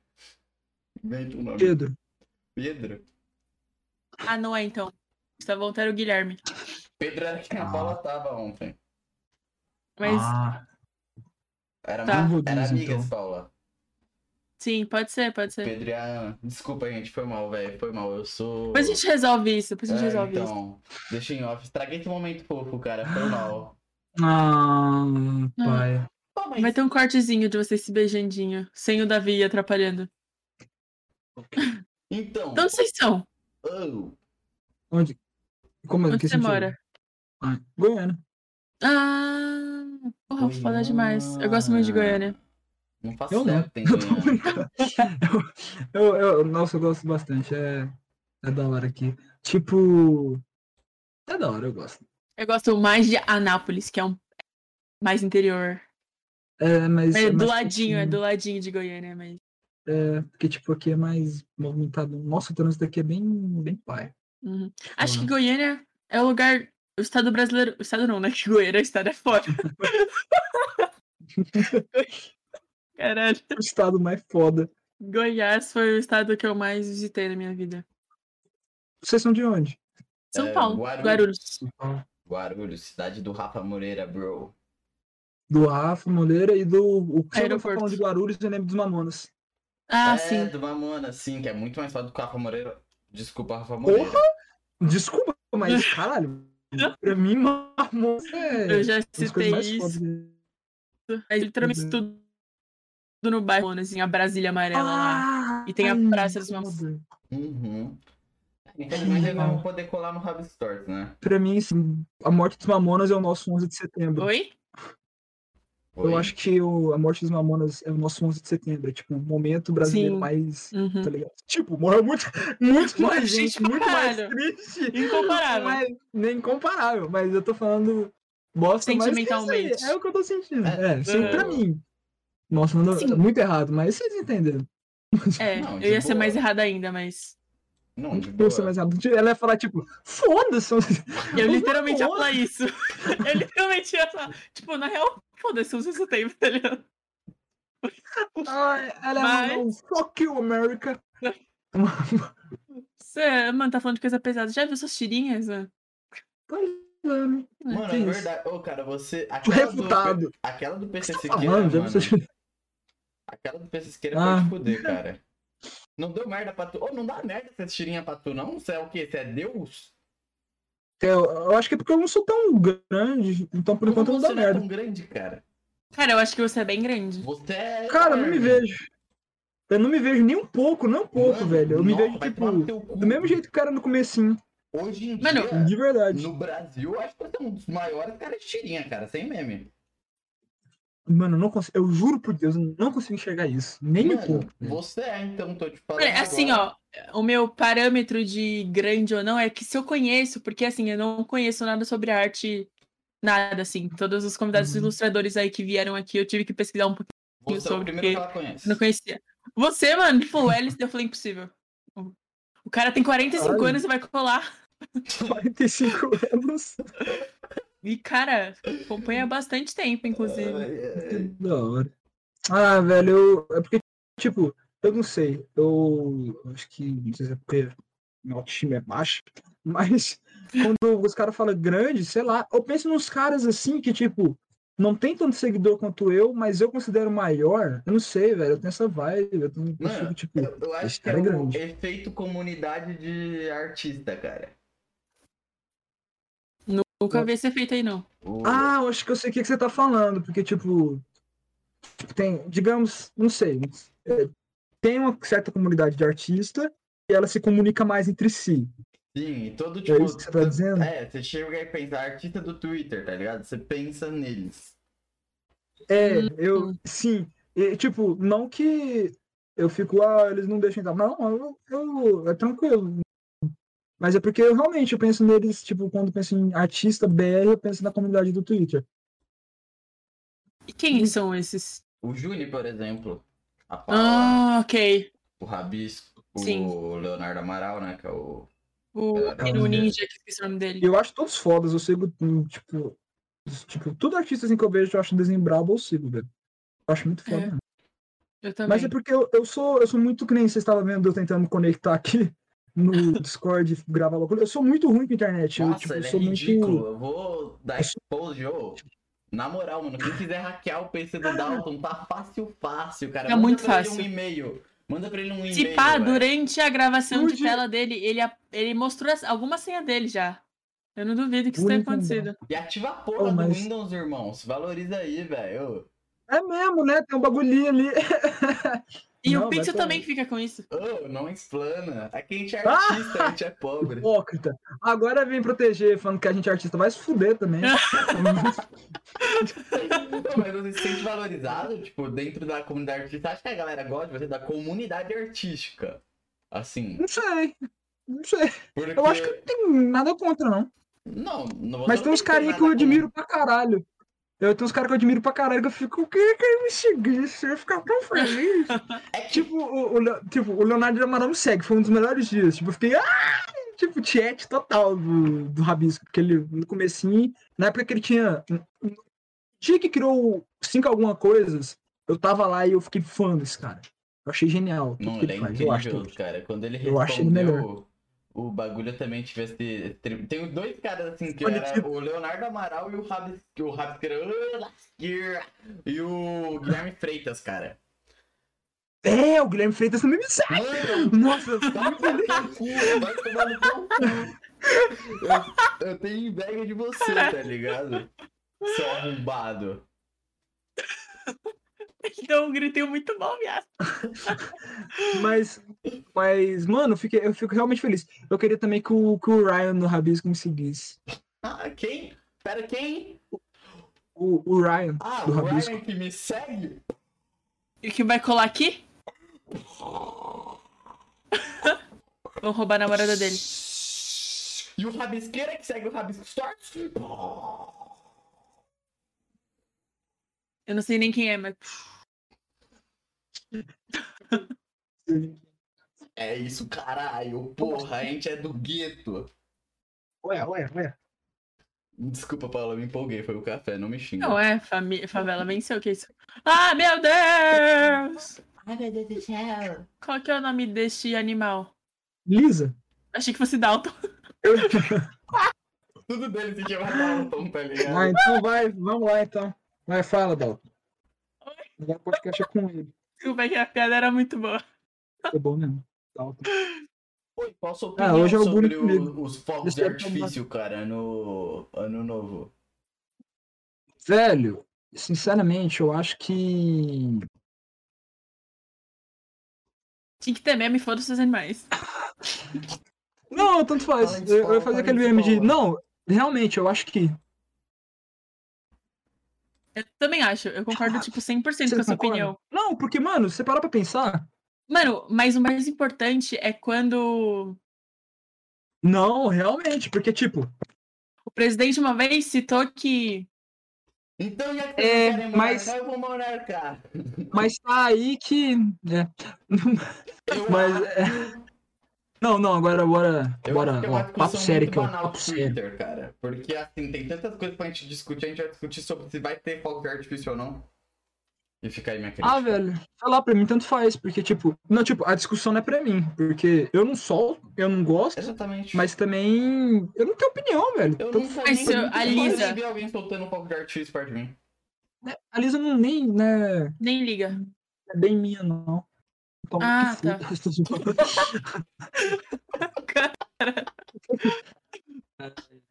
Inventa o nome. Pedro. Pedro. Ah, não é então. Está voltando o Guilherme. Pedro era quem a Ah. Paula tava ontem. Mas Ah, Era, Tá. Não vou era dizer, amigas, então. Paula. sim, pode ser, pode ser. Pedro e a Ana. Desculpa, gente. Foi mal, velho. Foi mal. Eu sou. Depois a gente resolve isso, depois a gente É, resolve isso. então, deixa em off. Estraguei esse momento fofo, cara. Foi mal. ah, pai. Pô, mas Vai ter um cortezinho de vocês se beijandinho, sem o Davi atrapalhando. Então, Então vocês são. oh, Onde? Como é Onde que você mora? Ah, Goiânia. Ah, porra, foda demais. Eu gosto muito de Goiânia. não faço Eu ideia não. o que tem Goiânia. Eu, eu, nossa, eu gosto bastante. É, é da hora aqui. Tipo. É da hora, eu gosto. Eu gosto mais de Anápolis, que é um mais interior. É, mas. É do mais ladinho, é pertinho. do ladinho de Goiânia, mas. É, porque, tipo, aqui é mais movimentado. Nossa, o trânsito aqui é bem, bem pai. Uhum. Acho que Goiânia é o lugar. O estado brasileiro. O estado não, né? Que Goiânia, o estado é foda. Caralho. O estado mais foda. Goiás foi o estado que eu mais visitei na minha vida. Vocês são de onde? São É, Paulo, Guarulhos. Guarulhos. Guarulhos, cidade do Rafa Moreira, bro. Do Rafa, Moleira e do. O que eu Aeroporto. falando de Guarulhos, eu lembro dos Mamonas. Ah, é, sim. do Mamona, sim, que é muito mais foda do que o Rafa Moreira. Desculpa, Rafa Moreira. Desculpa, mas caralho. pra mim, Mamonas é. Eu já as coisas citei mais isso. fodas. Mas literalmente Uhum. tudo, tudo no bairro, assim, a Brasília Amarela lá. Ah, E tem a ai, Praça dos Mamonas. foda. Uhum. Infelizmente eu não Legal. vou poder colar no Rabbit Stories, né? Pra mim, assim, a morte dos Mamonas é o nosso 11 de setembro. Oi? Eu acho que o- a morte dos Mamonas é o nosso 11 de setembro. É tipo o momento brasileiro Sim. mais. Uhum. Tá ligado? Tipo, morreu muito, muito Morreu mais gente gente, muito mais caralho. triste. Incomparável. Mas, nem comparável, mas eu tô falando bosta mas é isso aí, Sentimentalmente. É o que eu tô sentindo. É, É. sim, pra mim. Nossa, não, Sim. muito errado, mas vocês entenderam. É, Não, de eu ia ser boa. mais errada ainda, mas. Não, de boa. Nossa, mas ela- ela ia falar, tipo, foda-se. Eu é Os literalmente ia Mamonas. falar isso. eu literalmente ia falar. Tipo, na real, foda-se, usa esse tempo, tá ligado? Ai, Ela ia Mas- mandar um fuck you, America. Você, mano, tá falando de coisa pesada. Já viu suas tirinhas, mano? Mano, é Mano, que é isso? verdade. Ô, cara, você. Fui Aquela do, Tipo, refutado. aquela do PC Tá Siqueira. falando, já mano, precisa- Aquela do PC Siqueira Ah. pode fuder, cara. Não deu merda pra tu. Ô, não dá merda essas tirinhas pra tu, não? Você é o quê? Você é Deus? Eu, eu acho que é porque eu não sou tão grande, então por enquanto Como não dá você é merda. tão grande, cara. Cara, eu acho que você é bem grande. Você é. Cara, eu não me enorme. vejo. Eu não me vejo nem um pouco, nem um pouco, Mano, velho. Eu me nossa, vejo, vai tipo, tomar no teu cu. do mesmo jeito que o cara no comecinho. Hoje em Mano, De dia, verdade. é no Brasil, eu acho que você é um dos maiores caras de tirinha, cara, sem meme. Mano, eu não consigo. Eu juro por Deus, eu não consigo enxergar isso. Nem um Mano, pouco. você é, então, tô te falando. Olha, assim, agora. ó, o meu parâmetro de grande ou não é que se eu conheço, porque assim, eu não conheço nada sobre arte, nada assim. Todos os convidados Uhum. ilustradores aí que vieram aqui, eu tive que pesquisar um pouquinho, Você é o sobre primeiro quê? que ela conhece. eu não conhecia. Você, mano, tipo, o Ellis, eu falei impossível. O o cara tem 45 Caralho. anos e vai colar. 45 anos. E, cara, acompanha há bastante tempo, inclusive. conhece. Da hora. Ah, velho, eu... é porque, tipo, eu não sei. Eu eu acho que, não sei se é porque meu autoestima é baixa, mas quando os caras falam grande, sei lá, eu penso nos caras assim que, tipo, não tem tanto seguidor quanto eu, mas eu considero maior. Eu não sei, velho, eu tenho essa vibe. Eu, tenho, eu Mano, fico, tipo, Eu, eu acho Esse que é cara é o grande. efeito comunidade de artista, cara. Nunca vi esse efeito aí, não. O- Ah, eu acho que eu sei o que que você tá falando, porque, tipo, tem, digamos, não sei, é, tem uma certa comunidade de artista e ela se comunica mais entre si. Sim, e todo É tipo. isso que você tá dizendo? É, você chega e pensa, artista do Twitter, tá ligado? Você pensa neles. É, eu, sim, e, tipo, não que eu fico, ah, eles não deixam entrar, não, eu, eu- é tranquilo. Mas é porque eu realmente eu penso neles, tipo, quando penso em artista BR, eu penso na comunidade do Twitter. E Hum. quem são esses? O Juni, por exemplo. A Paula, Ah, ok. o Rabisco, Sim. o Leonardo Amaral, né? Que é o. O, É, o ninja, que esqueci o nome dele. Eu acho todos fodas, eu sigo, hum, tipo, os- tipo, tudo artista assim que eu vejo, eu acho desenho brabo, eu sigo, velho. Eu acho muito foda. É, mesmo. Eu também. Mas é porque eu, eu sou, eu sou muito que nem vocês estavam vendo eu tentando conectar aqui no Discord, gravar logo. Eu sou muito ruim com internet. eu, Nossa, tipo, ele é sou ridículo. muito. Eu vou dar expose, ô. Na moral, mano, quem quiser hackear o PC do Dalton, tá fácil, fácil, cara. Tá Manda muito pra fácil. Ele um e-mail. Manda pra ele um e-mail. Se pá, velho. durante a gravação de Pude. tela dele, ele, a- ele mostrou as- alguma senha dele já. Eu não duvido que isso tenha Único acontecido. E ativa a porra Ô, mas- do Windows, irmão. Se valoriza aí, velho. É mesmo, né? Tem um bagulhinho ali. E o Não, vai Pixel tomar. também fica com isso. Ô, ô, não explana. Aqui a gente Ah! é artista, a gente é pobre. Hipócrita. Agora vem proteger, falando que a gente é artista. Vai se fuder também. Não, mas você se sente valorizado, tipo, dentro da comunidade artista. Acho que a galera gosta de você da comunidade artística. Assim. não sei. Não sei. Porque... Eu acho que não tem nada contra, não. Não, não você Mas não tem uns ter carinha que eu nada com- admiro pra caralho. Eu tenho uns caras que eu admiro pra caralho que eu fico, o que que ele me seguir? Você ia ficar tão feliz. É que Tipo, o, o Le- tipo, o Leonardo de Amaral me segue, foi um dos melhores dias. Tipo, eu fiquei. "Ah!" Tipo, chat total do, do Rabisco. Porque ele, no comecinho, na época que ele tinha. um, No dia que criou o cinco alguma coisas, eu tava lá e eu fiquei fã desse cara. Eu achei genial. tudo Não, que ele é ele faz, eu acho. incrível, cara. Quando ele Eu acho ele respondeu, o bagulho também tivesse. tri- Tem os dois caras assim que Olha, era tipo- o Leonardo Amaral e o Rabis. O Rabis que era, "Ah, lasqueira", E o Guilherme Freitas, cara. É, o Guilherme Freitas também me segue. Mano, Nossa, dá um pau no teu cu, vai tomar no teu cu. Eu, eu tenho inveja de você, tá ligado? Seu arrombado. Então um gritinho muito bom, viado. mas. Mas, mano, eu, fiquei, eu fico realmente feliz. Eu queria também que o, que o Ryan no Rabisco me seguisse. Ah, quem? Pera, quem? O, o Ryan Ah, do o Rabisco. Ryan que me segue? E que vai colar aqui? Vão roubar a namorada dele. E o Rabisqueira que segue o Rabisco Stories? Eu não sei nem quem é, mas. É isso, caralho. Porra, a gente é do gueto. Ué, ué, ué. Desculpa, Paula, me empolguei. Foi o café, não me xinga. Não é, fami... favela venceu, que isso? Ah, meu Deus! Ai, meu Deus do céu. Qual que é o nome deste animal? Lisa? Achei que fosse Dalton. Eu... Tudo dele se chama Dalton, tá ligado? ah, então vai, vamos lá então. Vai, fala, Dalton. Agora o podcast é com ele. Desculpa, é que a piada era muito boa. Foi bom mesmo. Dalton. Oi, qual a sua Ah, opinião hoje é o sobre Bruno comigo. o- os fogos Deixa de eu artifício, cara, no ano novo? Velho, sinceramente, eu acho que. Tinha que ter meme, foda-se os animais. Não, tanto faz. Fala de Eu, eu escola, ia fazer fala aquele de meme de. escola. Não, realmente, eu acho que. Eu também acho. Eu concordo, tipo, 100% Ah, Você com a sua concorda? opinião. Não, porque, mano, se você parar pra pensar. Mano, mas o mais importante é quando Não, realmente, porque, tipo, o presidente uma vez citou que. Então já que É, vocês querem mas- monarcar, eu vou monarcar. mas tá aí que. É. Eu Mas. acho- é. Não, não, agora bora. eu Bora, acho que é uma ó, papo discussão sério muito aqui, ó. banal Papo do sério. Twitter, cara. Porque assim, tem tantas coisas pra gente discutir, a gente vai discutir sobre se vai ter fogo de artifício ou não. E fica aí minha crítica. Ah, velho, sei lá, pra mim tanto faz, porque, tipo, não, tipo, a discussão não é pra mim, porque eu não solto, eu não gosto, Exatamente. mas também eu não tenho opinião, velho. Eu Tanto nunca Mas nem- se eu- nunca a mais Lisa- vi alguém soltando um fogo de artifício perto de mim. A Lisa não nem, né, Nem liga. é bem minha, não. Então, Ah, que tá. foda-se, tô zoando.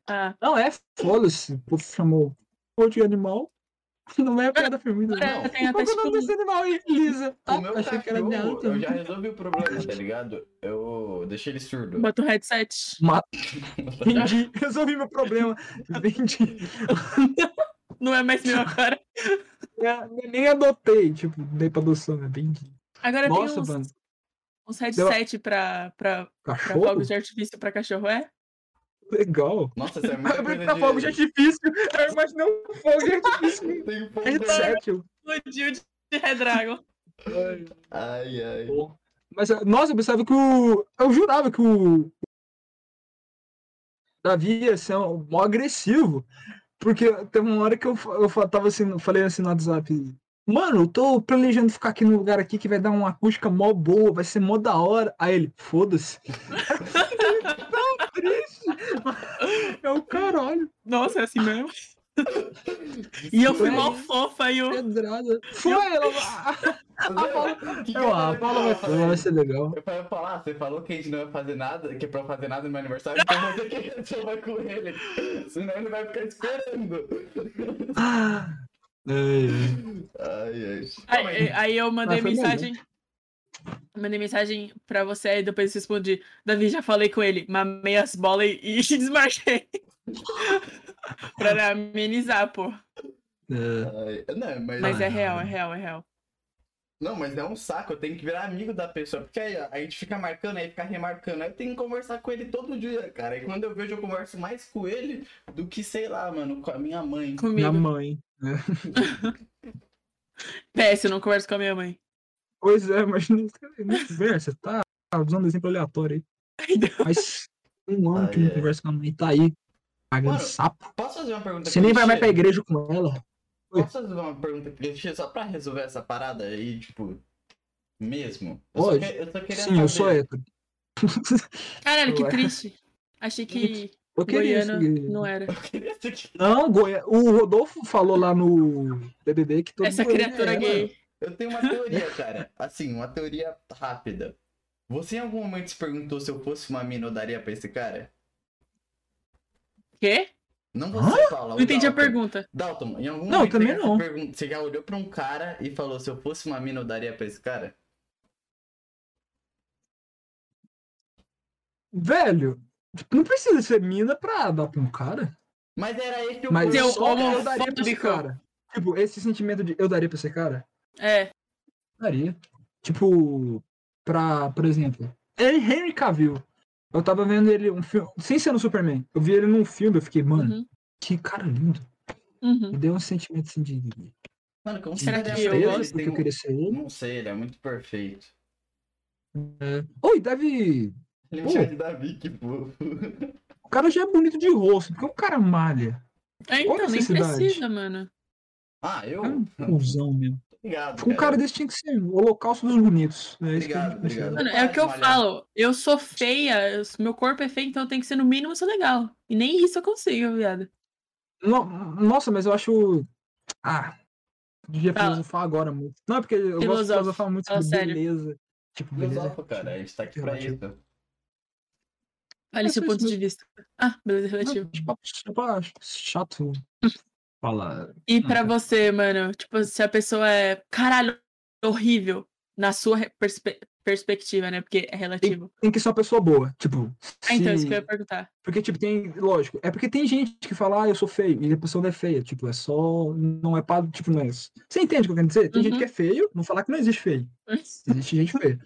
Ah. Não, é foda-se, o povo chamou pô de animal, não é piada feminina, Agora não. eu tenho até Qual que é o nome desse tipo. animal aí, Lisa? Ah, O meu achei que era então. cachorro, minha eu já resolvi o problema, tá ligado? Eu deixei ele surdo. Bota um headset. Vendi, resolvi meu problema, vendi. Não é mais meu agora. É, nem adotei, tipo, dei pra adoção, né, vendi. Agora Nossa, tem uns, mano, uns headset pra, pra, pra cachorro? fogos de artifício pra cachorro, é? Legal. Nossa, isso é Mas muito eu coisa "Tá brinco com fogo de artifício. é Eu imaginei um fogo de artifício. Tem fogo. né? Headset. Explodiu de de Redragon. Ai, ai. Mas, eh, nossa, eu pensava que o. Eu jurava que o. Davi ia ser um mó agressivo. Porque teve uma hora que eu, fa- eu fa- tava assim, eu falei assim no WhatsApp. Mano, eu tô planejando ficar aqui num lugar aqui que vai dar uma acústica mó boa, vai ser mó da hora. Aí ele, foda-se. Ele, Não, triste. É o caralho, Nossa, é assim mesmo. E eu fui Foi mal isso. fofa e eu. pedrada. é um Foi, ela. Paula, Eu, ah, a Paula vai, ela vai ser legal. Eu falei, Paula, ah, você falou que a gente não vai fazer nada, que é pra fazer nada no meu aniversário, então você que resolva com ele. Senão ele vai ficar esperando. Ah, Ai, ai. Aí, aí- aí eu mandei Ah, foi bom, né? mensagem. Mandei mensagem pra você e depois respondi. Davi, já falei com ele. Mamei as bolas e e desmarquei. pra amenizar, pô. É. Ai, Não, mas... Mas é real, é real, é real. Não, mas é um saco, eu tenho que virar amigo da pessoa, porque aí ó, a gente fica marcando, aí fica remarcando, aí tem que conversar com ele todo dia, cara. E quando eu vejo, eu converso mais com ele do que, sei lá, mano, com a minha mãe. Minha Comigo. mãe. PS, eu não converso com a minha mãe. Pois é, imagina isso. cara, Não conversa, tá usando exemplo aleatório aí. Faz um ano que não Ai, ai. conversa com a mãe, tá aí. Pagando Mano, sapo. Posso fazer uma pergunta Você nem vai clichê? mais pra igreja com ela. Oi. Posso fazer uma pergunta clichê só pra resolver essa parada aí, tipo, mesmo? Eu Pode. Só que- eu só queria Sim, saber. eu sou hétero. Caralho, que Ué. triste. Achei que Eu queria Goiana seguir. não era. Eu queria ter que- Não, Goi... o Rodolfo falou lá no BBB que todo Essa goiano é criatura hétero. gay. Eu tenho uma teoria, cara. Assim, uma teoria rápida. Você em algum momento se perguntou se eu fosse uma mina, eu daria pra esse cara? Quê? Não você, Paula. Não o entendi a Dalton. pergunta. Dalton, em algum Não, momento também você já, não. se pergun- você já olhou pra um cara e falou, se eu fosse uma mina, eu daria pra esse cara? Velho, tipo, não precisa ser mina pra dar pra um cara. Mas era esse o Mas ponto. Seu só eu daria pra esse homofóbico. cara. Tipo, esse sentimento de eu daria pra esse cara. É. Daria. Tipo, pra, por exemplo, é Henry Cavill. Eu tava vendo ele um filme, sem ser no Superman. Eu vi ele num filme, eu fiquei, mano, Uhum, que cara lindo. uhum. Me deu um sentimento assim de. de Mano, como Será você que daria eu pra ele? gosto? porque Tem eu um- queria ser ele. Não sei, ele é muito perfeito. Oi, Davi, Ele é Pô. me chama de Davi, que fofo. o cara já é bonito de rosto, porque o cara malha. É, Qual a então, nem necessidade? precisa, mano. Ah, eu? O cara é um cuzão mesmo. Obrigado, Um cara desse tinha que ser o holocausto dos bonitos. É isso que a É. Obrigado, gente precisa. obrigado. Mano, é o que eu Malhar. falo. Eu sou feia, eu- meu corpo é feio, então eu tenho que ser no mínimo ser legal. E nem isso eu consigo, viado. No- nossa, mas eu acho. Ah, devia Fala. filosofar agora muito. Não, é porque eu gosto de Filosofa. filosofar muito Fala sobre sério. beleza. Tipo, beleza. Filosofa, cara, a gente tá aqui pra isso. Relativo. Olha É seu só ponto isso de vista. Ah, beleza, relativo. Não, tipo, tipo, ah, chato Hum. falar. E pra você, mano, tipo, se a pessoa é, caralho, horrível, na sua re- perspe- perspectiva, né? Porque é relativo. Tem que ser uma pessoa boa. Tipo, Ah, então, isso se- que eu ia perguntar. Porque, tipo, tem. Lógico. É porque tem gente que fala, ah, eu sou feio. E a pessoa não é feia. Tipo, é só. Não é padrão. Tipo, não é isso. Você entende o que eu quero dizer? Tem gente Uhum. que é feio. Não falar que não existe feio. Existe gente feia.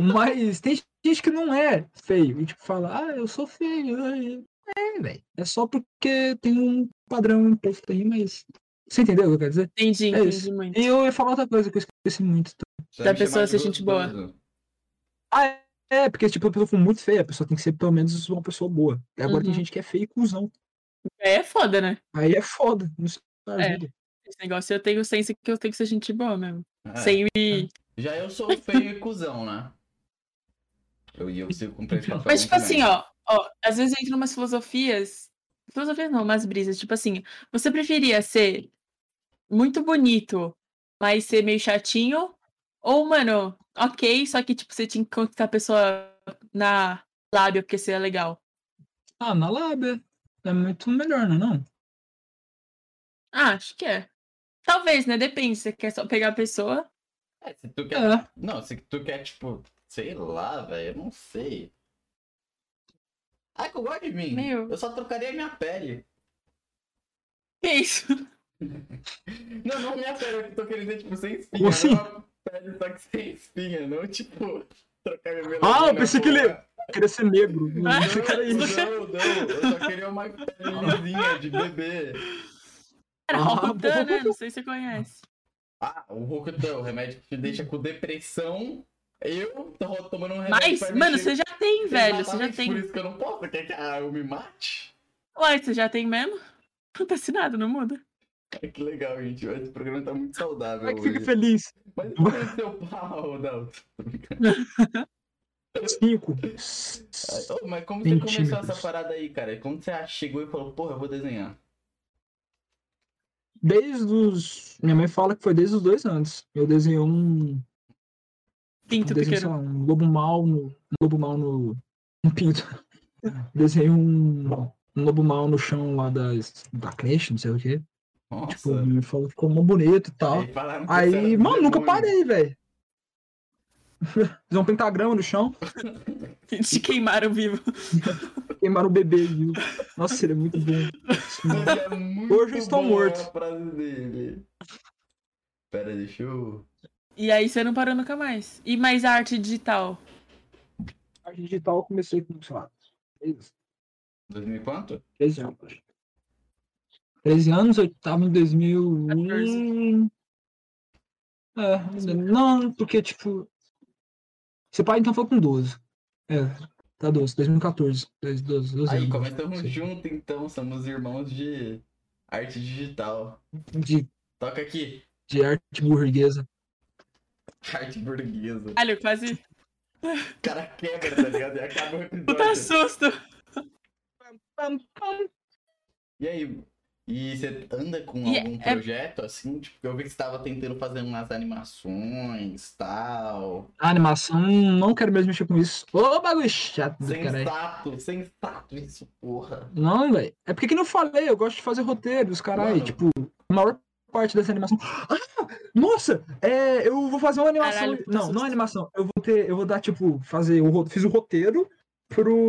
Mas tem gente que não é feio. E, tipo, fala, ah, eu sou feio. ai, É, velho. É só porque tem um padrão imposto aí, mas. Você entendeu o que eu quero dizer? Entendi, É entendi isso. muito. E eu ia falar outra coisa que eu esqueci muito. Da pessoa ser gente boa. Ah, é, porque, tipo, a pessoa for muito feia, a pessoa tem que ser pelo menos uma pessoa boa. E agora tem Uhum. gente que é feia e cuzão. É foda, né? Aí é foda. Não se É. ajuda. Esse negócio eu tenho senso que eu tenho que ser gente boa mesmo. É. É. Sem me. Já eu sou feio e cuzão, né? Eu ia você cumprir esse papel. Mas, tipo muito assim, bem. ó, ó, às vezes eu entro umas filosofias. Filosofias não, umas brisas. Tipo assim, você preferia ser muito bonito, mas ser meio chatinho? Ou, mano, ok, só que, tipo, você tinha que conquistar a pessoa na lábia, porque você é legal. Ah, na lábia. É muito melhor, não é não? Ah, acho que é. Talvez, né? Depende, você quer só pegar a pessoa. É, se tu quer. É. Não, se tu quer, tipo, sei lá, velho, eu não sei. Ah, que eu gosto de mim. Meu. Eu só trocaria minha pele. Que É isso? Não, não minha pele, eu tô querendo dizer, tipo, sem espinha. Como assim? não uma pele só que sem espinha, não, tipo, trocar minha Ah, eu melanina pensei que por- ele- Queria ser negro. Não, Ah. você quer isso. Não, não, não, eu só queria uma pelezinha de bebê. Era Ah, Rokutan, né? bom. Não sei se você conhece. Ah, o Rokutan, o remédio que te deixa com depressão. Eu tô tomando um remédio Mas, pra me mano, che- você já tem, velho. Você já Exatamente Por tem. isso que eu não posso, quer que ah, eu me mate? Uai, você já tem mesmo? Não tá assinado, não muda? Ai, É Que legal, gente. Esse programa tá muito saudável Vai é que fica hoje. feliz. Mas e o seu pau, Dalton? Tô brincando. Cinco. Ah, ô, Mas como você começou Centímetros. essa parada aí, cara? Como você ah, chegou e falou, porra, eu vou desenhar? Desde os. Minha mãe fala que foi desde os dois anos. Eu desenhei um. Pinto Eu desenhei, sei pequeno. lá, um lobo mal no. Um lobo mal no. Um pinto. Desenhei um. Um lobo mal no chão lá das, da creche, não sei o quê. Tipo, Nossa. minha mãe falou que ficou mó bonito e tal. Aí falaram É, que você era Aí, do mano, nunca demônio. parei, velho. Fiz um pentagrama no chão, Te queimaram vivo. queimaram o bebê. e o- Nossa, ele é muito bom. Mas é muito Hoje eu estou boa morto. A frase dele. Pera, deixa eu. E aí você não parou nunca mais. E mais a arte digital? A arte digital eu comecei com, sei lá, 13, 2000 e quanto? 13 anos. acho. 13 anos, eu tava em 2000. e- É, ainda não, porque, tipo. Esse pai então foi com 12. É, tá 12, 2014. 12, 12, 12 Aí, é anos, começamos sei. junto então, somos irmãos de arte digital. de, Toca aqui, de arte burguesa. arte burguesa. Olha, eu quase. O cara quebra, tá ligado? E acaba o Puta episódio. um susto! E aí? E você anda com E algum é- projeto assim? Tipo, eu vi que você tava tentando fazer umas animações tal. A animação, não quero mesmo mexer com isso. Ô, bagulho chato do Sem caralho. status, sem status, isso, porra. Não, velho. É porque que não falei, eu gosto de fazer roteiros, caralho. Mano. Tipo, a maior parte dessa animação. Ah, nossa! É, eu vou fazer uma animação. Caralho, puta não, susto. não é animação. Eu vou ter, eu vou dar, tipo, fazer. o ro- fiz o roteiro pro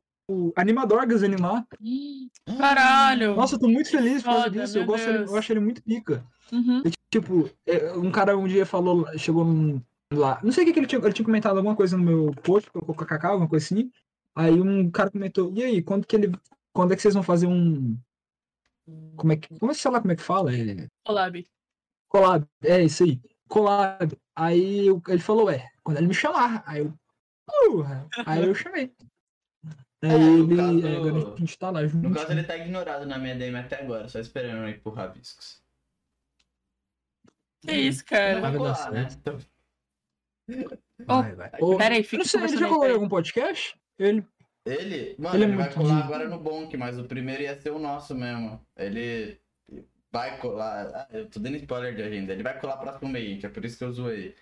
Animadorgas animar. Caralho! Nossa, eu tô muito feliz por causa foda, disso. Eu meu gosto, dele- Deus. eu acho ele muito pica. Uhum. Tipo, é, um cara um dia falou, chegou num- lá, não sei o que, que ele tinha, ele tinha comentado alguma coisa no meu post, colocou cacá, alguma coisa assim. Aí um cara comentou, e aí, quando que ele, quando é que vocês vão fazer um, como é que, como é que sei lá como é que fala, é, Olab. collab, é isso aí, collab. Aí eu- ele falou, é, quando ele me chamar, aí eu, porra, aí eu chamei. Aí É, no ele, caso- aí agora a gente tá lá junto. No caso, ele tá ignorado na minha DM até agora, só esperando eu empurrar viscos. Que É isso, Não cara? vai vai dar colar, né? Então, Vai, vai. Ô, Pera aí, eu fica não sei, ele já conversando colou em aí. algum podcast? Ele, Ele, mano, Ele ele, é vai muito colar de- agora no Bonk, mas o primeiro ia ser o nosso mesmo. Ele vai colar. Ah, eu tô dando spoiler de agenda. Ele vai colar próximo mês, gente. É por isso que eu zoei.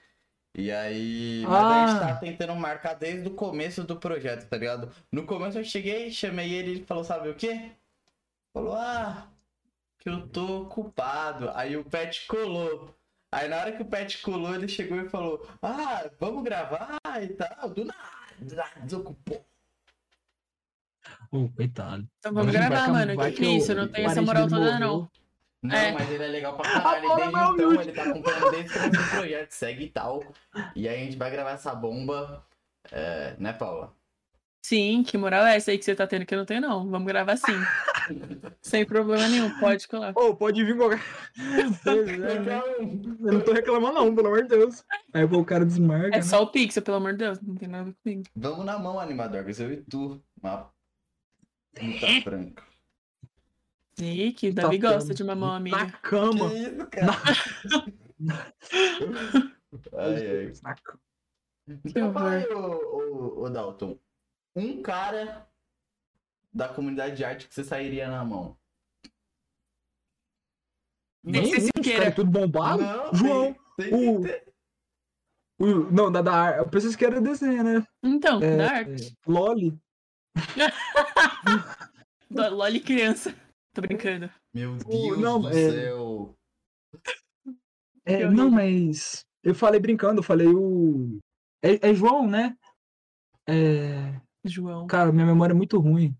E aí. Mas aí a gente Ah. tá tentando marcar desde o começo do projeto, tá ligado? No começo eu cheguei, chamei ele e falou, sabe o quê? Falou, ah, que eu tô ocupado. Aí o Pet colou. Aí na hora que o Pet colou, ele chegou e falou: Ah, vamos gravar e tal. Do nada, desocupou. Ô, coitado. Então vamos Vai que- gravar, mano. vai Que que é que isso? o Não tem essa parente moral dele toda, morreu. não. Não, É. mas ele é legal pra caralho. Agora Desde vai então, humilde. ele tá acompanhando desde que começou o projeto, segue e tal. E aí a gente vai gravar essa bomba. É, né, Paula? Sim, que moral é essa aí que você tá tendo que eu não tenho, não? Vamos gravar sim. Sem problema nenhum, pode colar. Ô, pode vir qualquer. Eu Então, não tô reclamando, não, pelo amor de Deus. Aí pô, o cara desmarca. É né? só o Pixel, pelo amor de Deus. Não tem nada a ver comigo. vamos na mão, animadorgas. Eu e tu. Uma puta franca. Ih, que o Davi Tá gosta tendo. de uma mão Na amiga. cama. Que isso, cara? ai, ai. Na cama. Que Então horror. vai, ô, ô, ô, Dalton. Um cara da comunidade de arte que você sairia na mão. Tem que ser Nem- Siqueira. os caras tudo bombado. Não, João, tem- tem que o- ter. O- não, da, da ar- Eu pensei que era desenho, né? Então, É, da arte. é, Loli. Do- Loli criança. Tô brincando. Meu Deus não, do é- céu. É, Que horrível. não, mas. Eu falei brincando, eu falei o. É, é João, né? É. João. Cara, minha memória é muito ruim.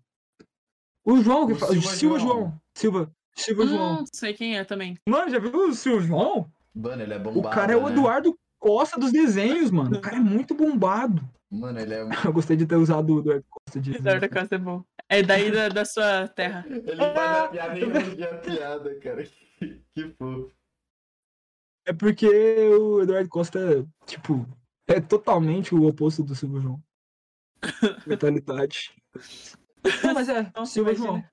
O João que O fala. Silva Silva, João. João. Silva. Silva João. Hum, sei quem é também. Mano, já viu o Silva João? Mano, ele é O bombado. cara é o né? Eduardo Costa dos desenhos, mano. O cara é muito bombado. Mano, ele é. Eu gostei de ter usado o Eduardo Costa de. Eduardo Costa é bom. É daí da, da sua terra. Ele faz a piada e elogia a piada, cara. Que, que fofo. É porque o Eduardo Costa, tipo, é totalmente o oposto do Silvio João. Mentalidade. Não, mas é, Nossa, Silvio imagina.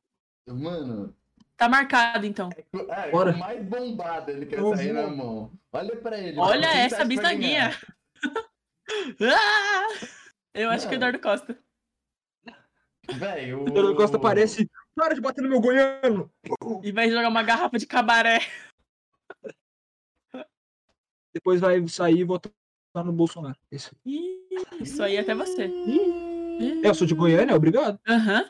João. Mano, Tá marcado, então. é, Bora. o mais bombado ele quer Eu sair vou. na mão. Olha pra ele. Olha mano, quem essa tá pra ganhar? bisnaguinha. Ah! Eu acho que é Não. Eduardo Costa. Véi, o O Eduardo Costa parece. Para de bater no meu goiano! E vai jogar uma garrafa de cabaré. Depois vai sair e votar no Bolsonaro. Isso. Ih, Isso aí é até você. É, eu sou de Goiânia, obrigado. Aham.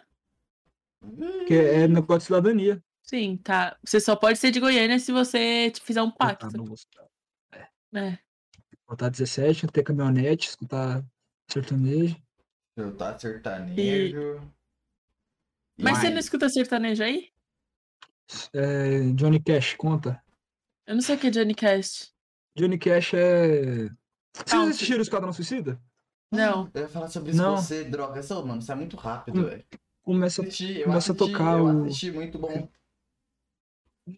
Que é, é negócio de cidadania. Sim, tá. Você só pode ser de Goiânia se você te fizer um pacto. Votar no Bolsonaro. É. Votar 17, ter caminhonete, escutar sertanejo. Eu tá sertanejo. Mas você E- não escuta sertanejo aí? É, Johnny Cash, conta. Eu não sei o que é Johnny Cast. Johnny Cash é. Vocês Country. assistiram Esquadrão Suicida? Não. Eu ia falar sobre isso Não. com você, droga. Essa, mano, isso é muito rápido, Hum. velho. Começa Assisti, eu Começa a assisti, tocar eu o- assisti, muito bom.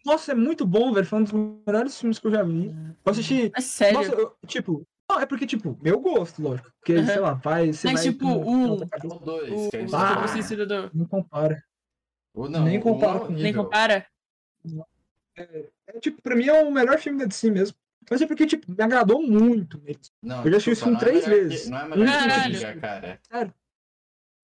Nossa, é muito bom, velho. Foi um dos melhores filmes que eu já vi. Eu assisti. É sério. Nossa, eu- tipo. Não, é porque, tipo, eu gosto, lógico. Porque, Aham. sei lá, vai. Você Mas, vai tipo, com- o- com- O dois, o que é isso. Esquadrão Ah. Suicida do- Não compara. Ou não, nem o compara um é com- Nem horrível. compara? É, tipo, pra mim é o melhor filme da DC mesmo. Mas é porque, tipo, me agradou muito. mesmo. Não, Eu já assisti isso desculpa, em não é três melhor que- vezes. não é melhor que Caralho. Coringa, cara.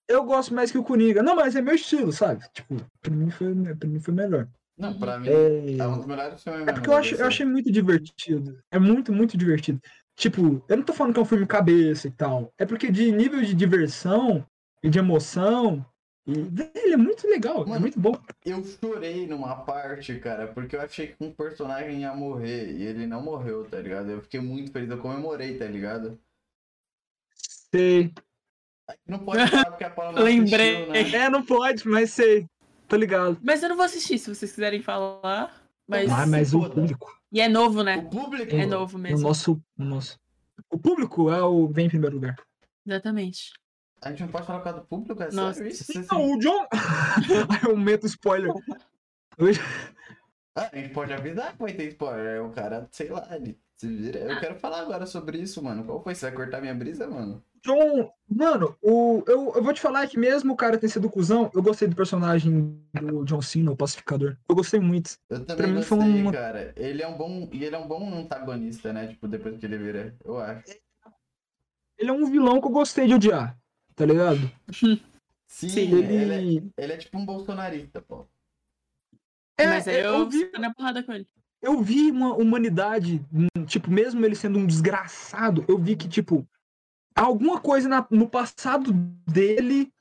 Eu gosto mais que o Coringa. Não, mas é meu estilo, sabe? Tipo, pra mim foi, pra mim foi melhor. Não, pra mim, é um É, dos melhores filmes mesmo. é assim, porque eu, acho, eu achei muito divertido. É muito, muito divertido. Tipo, eu não tô falando que é um filme cabeça e tal. É porque de nível de diversão e de emoção. E, velho, ele é muito legal, é Mano, muito bom. Eu chorei numa parte, cara, porque eu achei que um personagem ia morrer e ele não morreu, tá ligado? Eu fiquei muito feliz, eu comemorei, tá ligado? Sei. Não pode falar porque a Paula não Lembrei. assistiu, né? É, não pode, mas sei. Tô ligado. Mas eu não vou assistir se vocês quiserem falar. Mas... Ah, mas o foda. público. E é novo, né? O público... É novo O mesmo. nosso, o nosso. O público é o bem em primeiro lugar. Exatamente. A gente não pode falar por causa do público, é Nossa. sério isso? Você- Não, o John. Aí eu meto spoiler. Ah, a gente pode avisar que vai ter spoiler. é O cara, sei lá, ele se vira. Eu quero falar agora sobre isso, mano. Qual foi? Você vai cortar minha brisa, mano? John, mano, o, eu, eu vou te falar que mesmo o cara ter sido cuzão, eu gostei do personagem do John Cena, o pacificador. Eu gostei muito. Eu também Pra mim gostei, foi uma- cara. Ele é um bom. E ele é um bom antagonista, né? Tipo, depois que ele vira, eu acho. Ele é um vilão que eu gostei de odiar, tá ligado? Sim, ele. Ele, é, ele é tipo um bolsonarista, pô. É, mas aí eu, eu, vi, tô na porrada com ele. eu vi uma humanidade, hum, tipo, mesmo ele sendo um desgraçado, eu vi que, tipo, alguma coisa na- no passado dele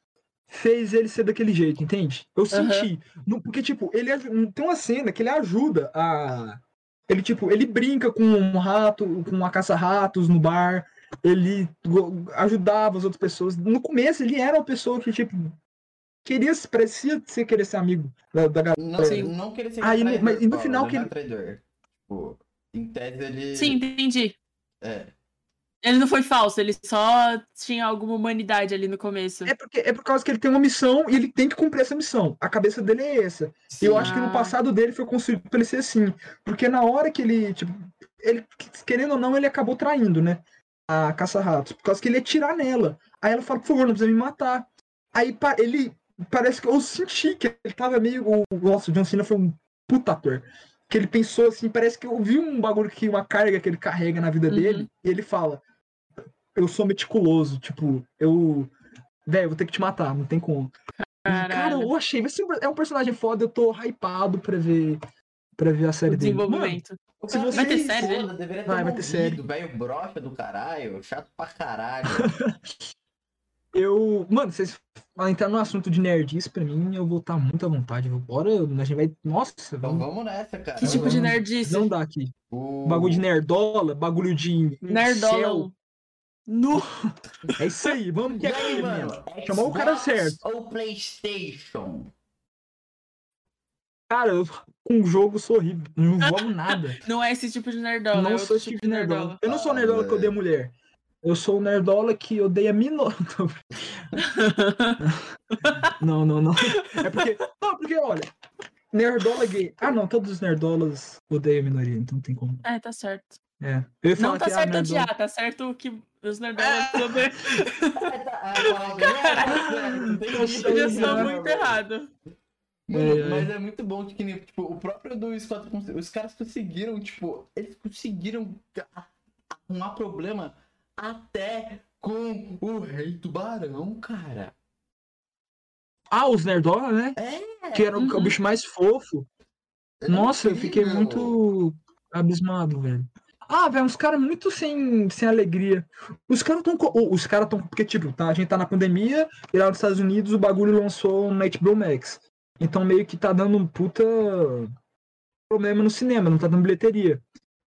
fez ele ser daquele jeito, entende? Eu senti. No- porque, tipo, ele aj- tem uma cena que ele ajuda a. Ele, tipo, ele brinca com um rato, com uma caça-ratos no bar. Ele go- ajudava as outras pessoas. No começo, ele era uma pessoa que, tipo, queria, se- parecia ser querer ser amigo da, da galera. Não, Sim. não que ele seja Aí, traidor, mas- e no Paulo, final ele que não é ele- traidor. Tipo, em tese ele... Sim, entendi. É. Ele não foi falso, ele só tinha alguma humanidade ali no começo. É, porque, é por causa que ele tem uma missão e ele tem que cumprir essa missão. A cabeça dele é essa. E Eu Sim. acho que Ah. no passado dele foi construído pra ele ser assim. Porque na hora que ele, tipo, ele, querendo ou não, ele acabou traindo, né? A caça-ratos. Por causa que ele ia tirar nela. Aí ela fala, por favor, não precisa me matar. Aí pa- ele. Parece que eu senti que ele tava meio. o- Nossa, o John Cena foi um puta ator. Que ele pensou assim, parece que eu vi um bagulho que, uma carga que ele carrega na vida Uhum. dele, e ele fala. Eu sou meticuloso, tipo, eu. Velho, vou ter que te matar, não tem como. E, Cara, Caralho. eu achei. Esse é um personagem foda, eu tô hypado pra ver, pra ver a O série dele. Mano, desenvolvimento. O se cara você- Vai ter fez série né? foda, dele? Deveria ter Vai, vai ter série. morrido, velho broxa do caralho, chato pra caralho. eu. Mano, vocês vão entrar no assunto de nerdice pra mim, eu vou estar muito à vontade. viu? Bora, a gente vai. Nossa, Então vamos. vamos nessa, cara. Que tipo de não- nerdice? Não dá aqui. O... Bagulho de nerdola, bagulho de. Nerdola. Nu. incel. É isso aí, vamos E que é aí, mano? mano. Chamou o cara Xbox certo. Ou Playstation? Cara, eu com o jogo sou horrível. Não jogo nada. Não é esse tipo de nerdola. é não outro sou esse tipo de nerdola. Eu não sou Ah, o nerdola que velho. odeia mulher. Eu sou o nerdola que odeia minor. Não, não, não. É porque. Não, porque, olha. Nerdola gay. Ah, não, todos os nerdolas odeiam a minoria, então não tem como. é, tá certo. É. Eu ia falar Não tá que, ah, certo nerdola- É, odiar, tá certo que os nerdolas também. É, tá, ah, né? um Eu já Caralho, sou muito errado. né? Mano, É, é. mas é muito bom que nem, tipo, o próprio do Scott, cons- os caras conseguiram, tipo, eles conseguiram a- arrumar problema até com o Rei Tubarão, cara. Ah, os nerdolas, né? É, Que era o- Uhum. o bicho mais fofo. era Nossa, eu fiquei incrível. muito abismado, velho. Ah, velho, uns caras muito sem, sem alegria. Os caras tão. co- Os caras tão. Porque, tipo, tá, a gente tá na pandemia, e lá nos Estados Unidos o bagulho lançou na HBO Max. Então meio que tá dando um puta problema no cinema, não tá dando bilheteria.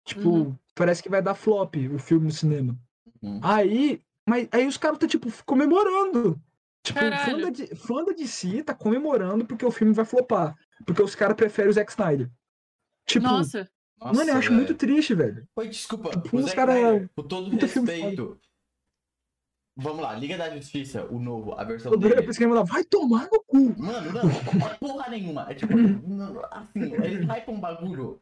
Tipo, Uhum. parece que vai dar flop o filme no cinema. Uhum. Aí. Mas aí os caras tá, tipo, comemorando. Tipo, fã Caralho. da, D- fã da DC tá comemorando porque o filme vai flopar. Porque os caras preferem o Zack Snyder. Tipo, Nossa. Nossa, mano, eu acho velho. muito triste, velho. Oi, desculpa. Tipo, o os Zack cara- Snyder, com todo muito filme respeito. Vamos lá, Liga da Justiça, o novo, a versão Eu dele. pensei que ele mandava, vai tomar no cu. Mano, não, não é porra nenhuma. É tipo, não, assim, eles hypam um bagulho.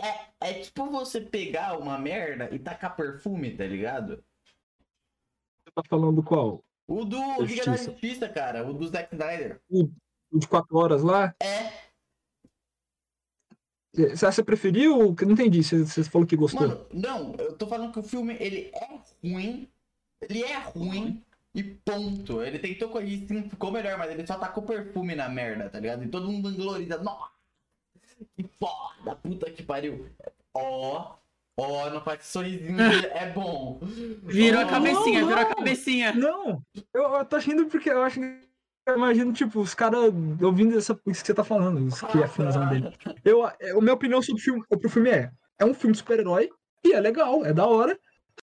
É, é tipo você pegar uma merda e tacar perfume, tá ligado? Você tá falando qual? O do Liga da Justiça. Justiça, cara, o do Zack Snyder. O Um de 4 horas lá? É, Você você preferiu? ou que- Não entendi. Você, você falou que gostou. mano, não, eu tô falando que o filme, ele é ruim, ele é ruim e ponto. Ele tentou corrigir, sim, ficou melhor, mas ele só tacou perfume na merda, tá ligado? E todo mundo gloriza, nossa, que foda, puta que pariu. Ó, ó, não faz sorrisinho, que é bom. Virou a Oh, cabecinha, virou a não. cabecinha. Não, eu, eu tô rindo porque eu acho que. Eu imagino, tipo, os caras ouvindo essa, isso que você tá falando, os que é a finalzão dele. Eu, eu, minha opinião sobre o filme, sobre o filme é: é um filme de super-herói e é legal, é da hora.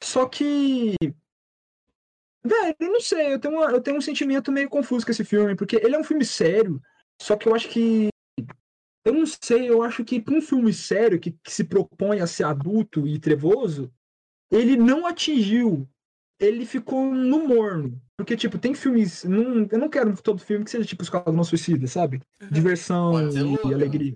Só que. Velho, eu não sei, eu tenho, uma- eu tenho um sentimento meio confuso com esse filme, porque ele é um filme sério, só que eu acho que. Eu não sei, eu acho que pra um filme sério que, que se propõe a ser adulto e trevoso, ele não atingiu. Ele ficou no morno. Porque, tipo, tem filmes. Não, eu não quero todo filme que seja tipo Esquadrão Suicida, sabe? Diversão Pode ser né? e, Logan. e alegria.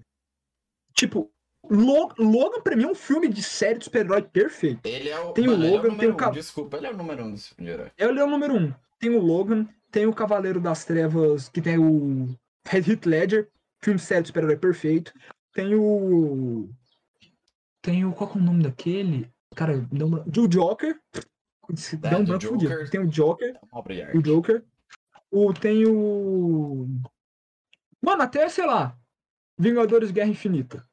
Tipo, Lo- Logan pra mim é um filme de série de super-herói perfeito. Ele é o. Tem o mano, ele é Logan, número tem o um, Cap- Desculpa, ele é o número um desse filme de herói. Ele é o número um. Tem o Logan, tem o Cavaleiro das Trevas, que tem o Red Heath Ledger, filme sério de super-herói perfeito. Tem o. Tem o. Qual que é o nome daquele? Cara, deu um branco. O Joker. Deu É, um do branco Joker. fudido. Tem o Joker. É uma obra de arte. o Joker. O, tem o. Mano, até, sei lá, Vingadores Guerra Infinita.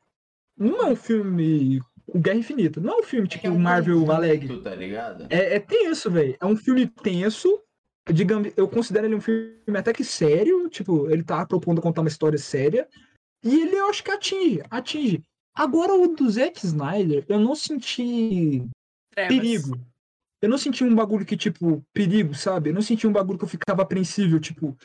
Não é um filme. O Guerra Infinita. Não é um filme É tipo que é um Marvel conjunto, Alegre. Tá ligado? É, é tenso, velho. É um filme tenso. Digamos, eu considero ele um filme até que sério. Tipo, ele tá propondo contar uma história séria. E ele eu acho que atinge, atinge. Agora o do Zack Snyder, eu não senti Trevas. perigo. Eu não senti um bagulho que, tipo, perigo, sabe? Eu não senti um bagulho que eu ficava apreensível, tipo,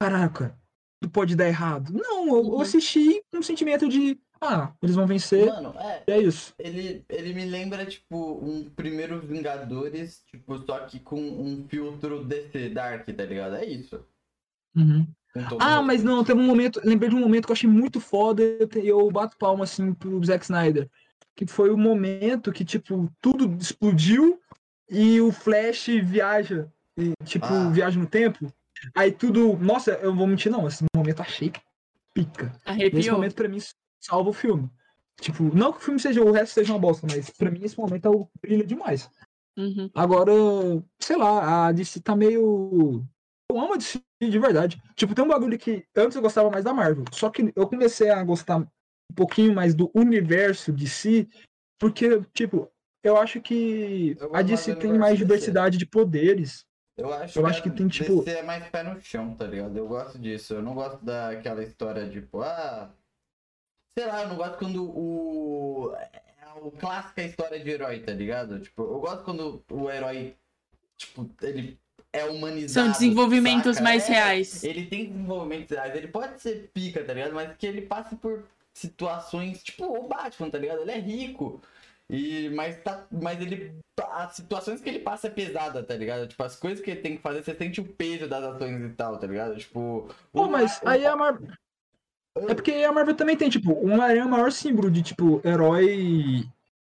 caraca, tudo pode dar errado. Não, eu, eu Uhum. assisti com um sentimento de, ah, eles vão vencer, Mano, é. e é isso. Ele, ele me lembra, tipo, um primeiro Vingadores, tipo, só que com um filtro DC Dark, tá ligado? É isso. Com todo Ah, mundo. mas não, teve um momento, lembrei de um momento que eu achei muito foda, eu, te- eu bato palma, assim, pro Zack Snyder. Que foi o momento que, tipo, tudo explodiu e o Flash viaja, e, tipo, Ah. viaja no tempo. Aí tudo, nossa, eu vou mentir não, esse momento eu achei pica. Nesse Arrepiou. momento, pra mim, salva o filme. Tipo, não que o filme seja, o resto seja uma bosta, mas pra mim esse momento é o brilha demais. Uhum. Agora, sei lá, a DC tá meio. Eu amo a DC de verdade. Tipo, tem um bagulho que antes eu gostava mais da Marvel. Só que eu comecei a gostar um pouquinho mais do universo DC, porque, tipo, eu acho que Eu a gosto DC do tem universo mais DC. diversidade de poderes. Eu acho, eu acho que a tem, tipo- DC é mais pé no chão, tá ligado? Eu gosto disso. Eu não gosto daquela história, tipo, ah. Sei lá, eu não gosto quando o. É a clássica história de herói, tá ligado? Tipo, eu gosto quando o herói, tipo, ele é humanizado. São desenvolvimentos saca? mais É, reais. Ele tem desenvolvimentos reais, ele pode ser pica, tá ligado? Mas que ele passa por situações, tipo o Batman, tá ligado? Ele é rico. E, mas, tá, mas ele. As situações que ele passa é pesada, tá ligado? Tipo, as coisas que ele tem que fazer, você sente o peso das ações e tal, tá ligado? Tipo. Pô, o- mas o- aí a Marvel. É porque a Marvel também tem, tipo, o Homem-Aranha é o maior símbolo de, tipo, herói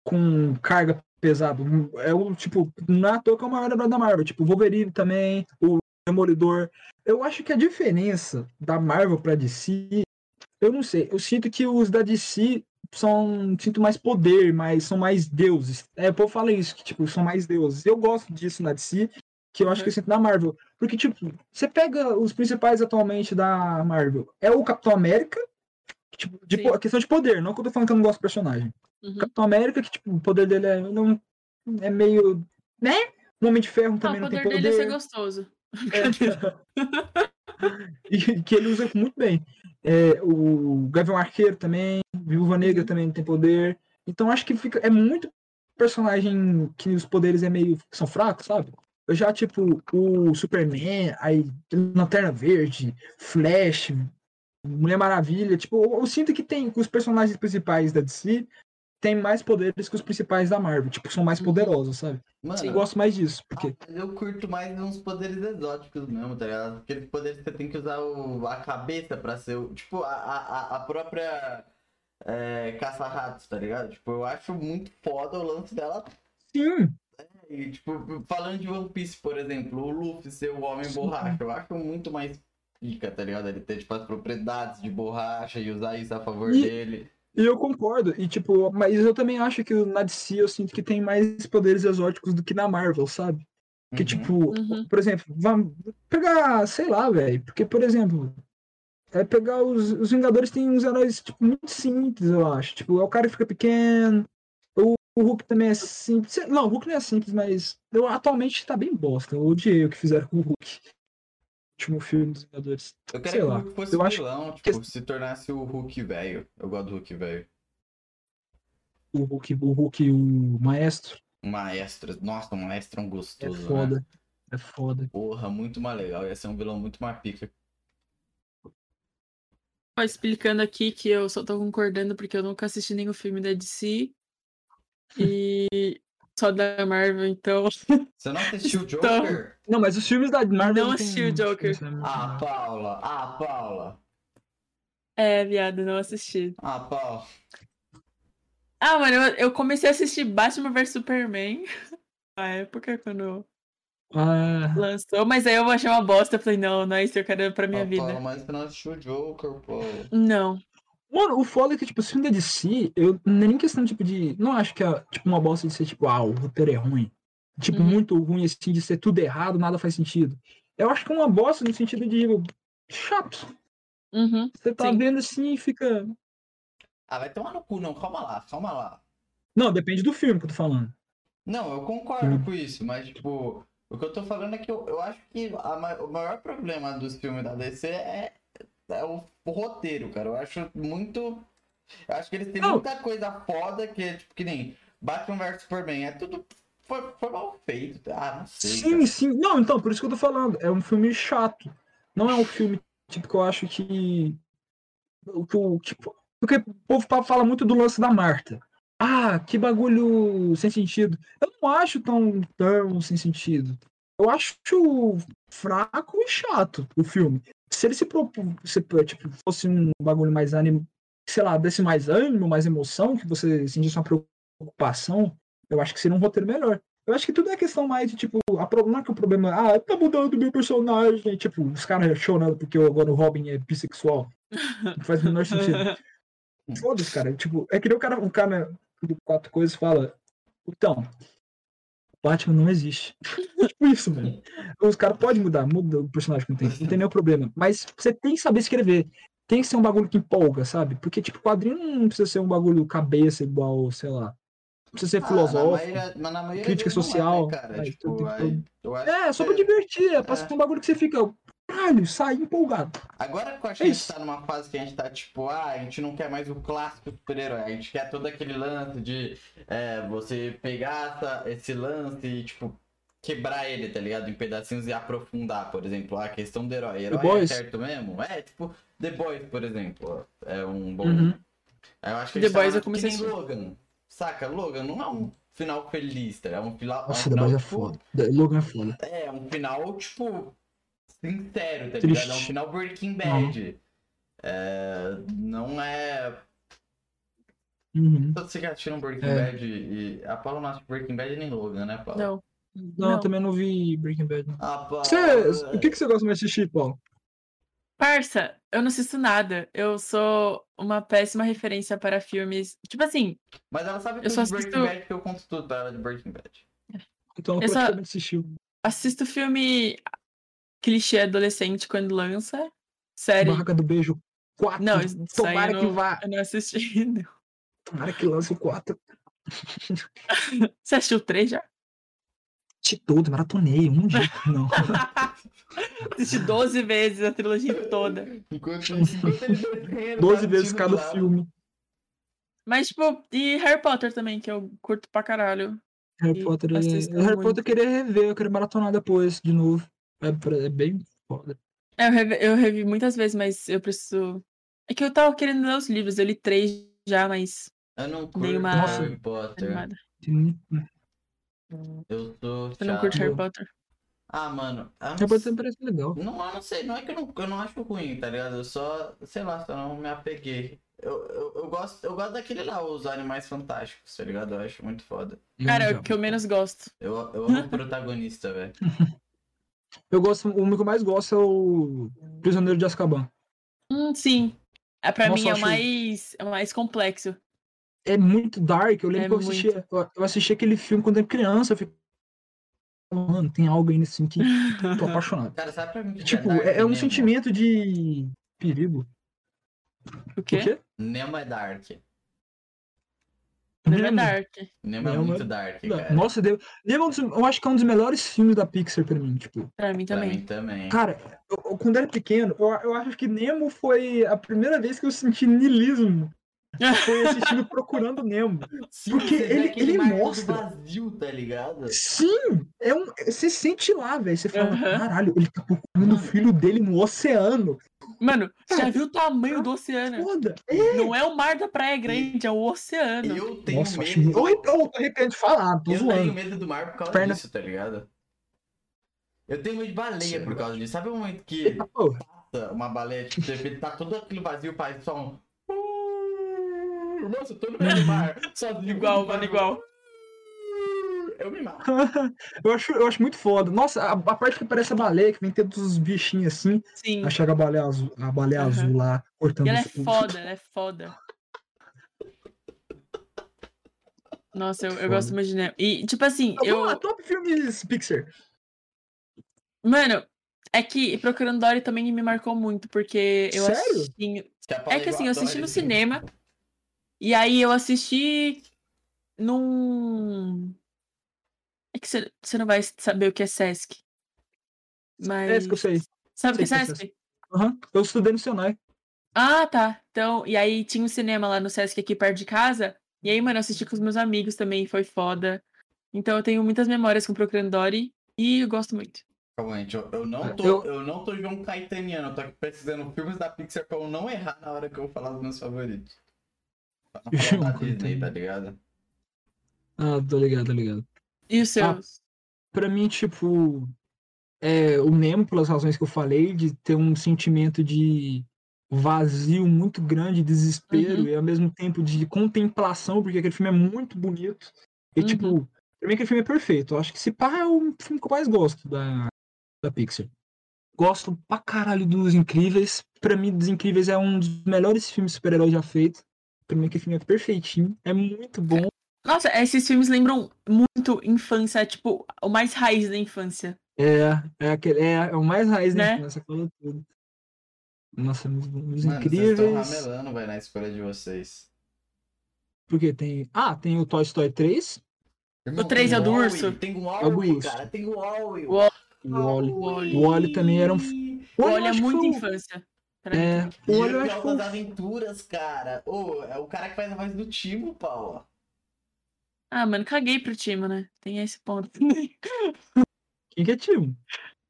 com carga pesada. Um- É o, tipo, na é toa que é o maior herói da Marvel. Tipo, o Wolverine também, o Demolidor. Eu acho que a diferença da Marvel pra DC, eu não sei. Eu sinto que os da DC são. Sinto mais poder, mas são mais deuses. É, o povo fala isso, que, tipo, são mais deuses. Eu gosto disso na DC, que eu acho Uhum. que eu sinto na Marvel. Porque, tipo, você pega os principais atualmente da Marvel. É o Capitão América, que, tipo, de, Sim. po- questão de poder, não que eu tô falando que eu não gosto do personagem. Uhum. O Capitão América, que, tipo, o poder dele é, não, é meio. né? O Homem de Ferro Ah, também o não poder tem dele poder. é ser gostoso. e que ele usa muito bem. É, o Gavião Arqueiro também, Viúva Negra também não tem poder. Então acho que fica. É muito personagem que os poderes é meio. são fracos, sabe? Eu já, tipo, o Superman, aí Lanterna Verde, Flash, Mulher Maravilha, tipo, eu, eu sinto que tem que os personagens principais da DC têm mais poderes que os principais da Marvel, tipo, são mais Uhum. poderosos, sabe? Mano, Eu gosto mais disso, porque Ah, Eu curto mais uns poderes exóticos mesmo, tá ligado? Aquele poder que você tem que usar o- a cabeça pra ser o. Tipo, a, a, a- a própria é, caça-ratos, tá ligado? Tipo, eu acho muito foda o lance dela. sim, E, tipo, falando de One Piece, por exemplo, o Luffy ser o homem borracha, eu acho muito mais pica, tá ligado? Ele ter, tipo, as propriedades de borracha e usar isso a favor E- dele. E eu concordo, e tipo, mas eu também acho que na DC eu sinto que tem mais poderes exóticos do que na Marvel, sabe? Que Uhum. tipo, Uhum. por exemplo, vamos pegar, sei lá, velho, porque por exemplo, é pegar os, os Vingadores tem uns heróis tipo, muito simples, eu acho. Tipo, é o cara que fica pequeno, o, o Hulk também é simples. Sei- Não, o Hulk não é simples, mas eu, atualmente tá bem bosta. Eu odiei o que fizeram com o Hulk. Último filme dos Vingadores. eu quero sei que o lá, Hulk fosse eu acho vilão, que- tipo, se tornasse o Hulk velho. Eu gosto do Hulk velho. O Hulk, o Hulk, o maestro. Um Maestro, nossa, um maestro é um É gostoso, né? foda. É foda. Porra, muito mais legal. Ia ser um vilão muito mais pica. Só explicando aqui que eu só tô concordando porque eu nunca assisti nenhum filme da DC. E só da Marvel, então. Você não assistiu o Então- Joker? Não, mas os filmes da Marvel. Não tem assisti o muitos Joker. filmes, né? Ah, Paula. Ah, Paula. É, viado, não assisti. Ah, Paula. Ah, mano, eu, eu comecei a assistir Batman vs Superman na época, quando Ah, lançou, mas aí eu achei uma bosta. Eu falei, não, não é isso que eu quero pra minha Ah, Paula, vida. mas você não assistiu o Joker, Paula. Não. Mano, o foda é que, tipo, os filmes da DC, eu não é nem questão, tipo, de. Não acho que é tipo uma bosta de ser, tipo, ah, o roteiro é ruim. Tipo, Uhum. muito ruim assim, de ser tudo errado, nada faz sentido. Eu acho que é uma bosta no sentido de. tipo, Chato. Uhum. Você tá Sim. vendo assim e fica. Ah, vai tomar no cu, não. Calma lá, calma lá. Não, depende do filme que eu tô falando. Não, eu concordo Sim. com isso, mas, tipo, o que eu tô falando é que eu, eu acho que a ma- o maior problema dos filmes da DC é, é o, o roteiro, cara. Eu acho muito Eu acho que eles têm Não. muita coisa foda que é tipo que nem Batman vs Superman. É tudo. Foi, foi mal feito. Ah, não sei. Sim, sim. Não, então, por isso que eu tô falando. É um filme chato. Não é um filme, tipo, que eu acho que. o que o- que- porque o povo pa- fala muito do lance da Marta. Ah, que bagulho sem sentido. Eu não acho tão, tão sem sentido. Eu acho fraco e chato o filme. Se ele se propôs, se, tipo, fosse um bagulho mais ânimo, sei lá, desse mais ânimo, mais emoção, que você sentisse uma preocupação, eu acho que seria um roteiro melhor. Eu acho que tudo é questão mais de, tipo, a pro- não é que o problema é, ah, tá mudando meu personagem, tipo, os caras chorando porque agora o Robin é bissexual. Não faz o menor sentido. Foda-se, cara. Tipo, é que nem o cara, o cara do Quatro Coisas fala, então, o Batman não existe. É tipo isso, velho. Os caras podem mudar, muda o personagem que não tem, não tem nenhum problema. Mas você tem que saber escrever. Tem que ser um bagulho que empolga, sabe? Porque, tipo, quadrinho não precisa ser um bagulho cabeça igual, sei lá. Não precisa ser Ah, filosófico. na maioria- mas na maioria crítica deles não é, né, social, cara? mas Tipo, tudo- aí, eu acho É, só que pra divertir. É, É. passa por um bagulho que você fica, caralho, sai empolgado. Agora que eu acho que É a gente isso. tá numa fase que a gente tá tipo, ah, a gente não quer mais o clássico super-herói, a gente quer todo aquele lance de é, você pegar essa- esse lance e, tipo, quebrar ele, tá ligado? Em pedacinhos e aprofundar, por exemplo, a questão do herói. Herói é Boys. certo mesmo? É, tipo, The Boys, por exemplo, é um bom. Uhum. Eu acho que a The gente tá Boys na- eu comecei que nem a Logan. Saca? Logan não é um final feliz, tá? ligado? É um final. é um Nossa, The final, Boys é tipo, foda. The Logan é foda. é, é um final, tipo, sincero, tá Triste. ligado? É um final Breaking Bad. É, não é. Uhum. Todos vocês que assistiram Breaking É. Bad e. A Paula não assiste Breaking Bad nem Logan, né, Paula? Não. Não, Não. eu também não vi Breaking Bad. não. A Paula. Você, o que, que você gosta mais de assistir, Paulo? Parça, eu não assisto nada. Eu sou uma péssima referência para filmes. Tipo assim, Mas ela sabe Eu tudo só de Breaking assisto- Bad porque eu conto tudo pra ela de Breaking Bad. Então, eu Essa- praticamente assistiu. assisto filme clichê adolescente quando lança. Série. Barraca do Beijo 4. Não, isso aí Tomara eu que não- vá. Eu não assisti. não. Tomara que lance o 4. Você assistiu três já? Assisti todo, maratonei, um dia. tá Não. Assisti 12 vezes a trilogia toda. Enquanto, enquanto ele desenha, 12 tá vezes assistindo cada do lado. filme. Mas, tipo, e Harry Potter também, que eu curto pra caralho. Harry E Potter é... assistam Harry muito. Potter eu queria rever, eu queria maratonar depois, de novo. É, pra- é bem foda. É, eu revi, eu revi muitas vezes, mas eu preciso. É que eu tava querendo ler os livros, eu li três já, mas Eu não curto uma- Harry Potter. animada. Sim. Eu sou. Eu não chato. curto Harry Boa. Potter. Ah, mano. eu não Harry Potter é parece legal. Não, eu não sei, não é que eu não, eu não acho ruim, tá ligado? Eu só, sei lá, só não me apeguei. Eu, eu, eu gosto, eu gosto daquele lá, os animais fantásticos, tá ligado? Eu acho muito foda. Cara, é Legal. o que eu menos gosto. Eu, eu amo o protagonista, velho. Eu gosto, o único que eu mais gosto é o Prisioneiro de Azkaban. Hum, sim. É, pra Nossa, mim eu é o acho- mais, é o mais complexo. É muito dark, eu lembro É que eu assisti, eu- eu assisti aquele filme quando eu era criança, eu fico. Mano, tem algo aí nesse filme que tô apaixonado. Cara, sabe pra mim que tipo, dark é, é um mesmo? sentimento de perigo. O quê? O quê? Nemo é dark. Não é dark. Nemo é Nemo é muito dark, cara. Nossa, Deus. Lembra um dos- eu acho que é um dos melhores filmes da Pixar pra mim, tipo. Pra mim Pra também. mim também. Cara, eu- eu- quando era pequeno, eu, eu acho que Nemo foi a primeira vez que eu senti nilismo. Foi assistindo Procurando Nemo. Sim, porque você vê ele- aquele ele mar todo mostra. vazio, tá ligado? Sim! É um, você sente lá, velho. Você fala, Aham. caralho, ele tá procurando o filho dele no oceano. Mano, Cara, já viu o tamanho do oceano? Foda! Não é o mar da Praia Grande, é o oceano. Eu tenho Nossa, eu acho. medo. Eu, arrep- eu tô arrependo de falar, tô um eu tenho zoando. medo do mar por causa Perna- disso, tá ligado? Eu tenho medo de baleia Sim. por causa disso. Sabe o momento que Pô, Nossa, uma baleia, tipo, de repente tá todo aquilo vazio, faz só um. Nossa, eu tô no meio do mar. sozinho, Igual, com um mano, barulho. igual. Eu me mato. eu, acho, eu acho muito foda. Nossa, a, a parte que parece a baleia, que vem tendo os bichinhos assim. Sim. Aí chega a baleia azul, a baleia Aham. azul lá, cortando E ela é os- foda, ela é foda. Nossa, eu, eu Foda. gosto muito de Nemo. E, tipo assim, Ah, eu. Vamos lá, top filmes Pixar. Mano, é que Procurando Dory também me marcou muito, porque eu Sério? assisti. Que a Paula É que assim, igual eu a assisti Dory, no assim. cinema. E aí eu assisti num. É que você você não vai saber o que é Sesc. Mas. É isso que eu sei. Sabe o que é sei o que é Sesc? Aham, Eu estudei no Senai. Ah, tá. Então, e aí tinha um cinema lá no Sesc aqui perto de casa. E aí, mano, eu assisti com os meus amigos também, foi foda. Então eu tenho muitas memórias com Procurando Dory e eu gosto muito. Calma, gente, eu, eu não tô, eu... não tô João Caetaniano, eu tô aqui pesquisando filmes da Pixar pra eu não errar na hora que eu vou falar dos meus favoritos. Tá Pra não falar da João Disney, Caetano. tá ligado? Ah, tô ligado, tô ligado. E os Ah. seus? Pra mim, tipo, é, o Nemo, pelas razões que eu falei, de ter um sentimento de vazio muito grande, desespero, Uhum. e ao mesmo tempo de contemplação, porque aquele filme é muito bonito. E, Uhum. tipo, pra mim aquele filme é perfeito. Eu acho que esse pá é o filme que eu mais gosto da, da Pixar. Gosto pra caralho dos Incríveis. Pra mim, dos Incríveis é um dos melhores filmes de super-herói já feito. Pra mim aquele filme é perfeitinho, é muito bom. Nossa, esses filmes lembram muito infância, tipo, o mais raiz da infância. É, é, aquele, é, é o mais raiz da Né? infância, falou tudo. Nossa, os, os Mano, vocês estão incríveis. ramelando, vai, na escolha de vocês. Porque tem. Ah, tem o Toy Story 3. Irmão, O três tem é o do Wall-E, urso? Tem o É o Wall-E, urso. cara, tem o Wall-E. Wall- O Wally. Wall-E. O Wally também era um. Ah, O Wally eu Olho é acho que muito foi o- infância. Pra mim. É, o Wally eu Olha, acho que eu foi das aventuras, cara. Ô, é o cara que faz a voz do Timo, Paula. Ah, mano, caguei pro time, né? Tem esse ponto. Quem que é Timo?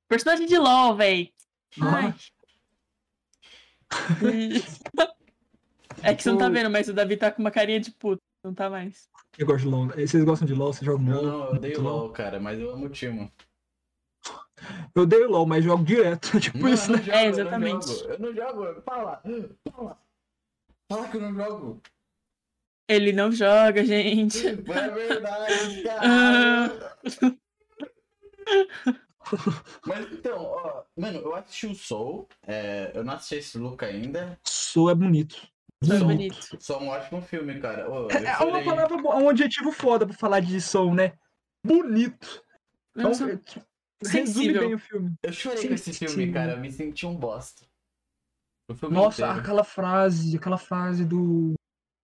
Personagem de LOL, véi. Ai. Ah, é que você Então não tá vendo, mas o Davi tá com uma carinha de puto. Não tá mais. eu gosto de LOL. né? Vocês gostam de LOL? Vocês jogam Não, LOL? não, eu odeio Muito LOL. LOL, cara, mas eu amo o Timo. Eu odeio LOL, mas jogo direto. tipo Não, eu isso, não né? jogo, É, eu não exatamente. jogo, Eu não jogo, fala, fala. Fala que eu não jogo. Ele não joga, gente. Mas é verdade, cara. Ah. Mas então, ó, mano, eu assisti o Soul, é, eu não assisti esse Luca ainda. Sou é bonito. Foi Sou. bonito. Só um ótimo filme, cara. Ô, eu É, é uma chorei. palavra, bo- é um adjetivo foda pra falar de som, né? Bonito. Então, Nossa, é, tipo, resume sensível. bem o filme. Eu chorei com esse filme, Sensível. cara. Eu me senti um bosta. O filme Nossa, inteiro. aquela frase, aquela frase do,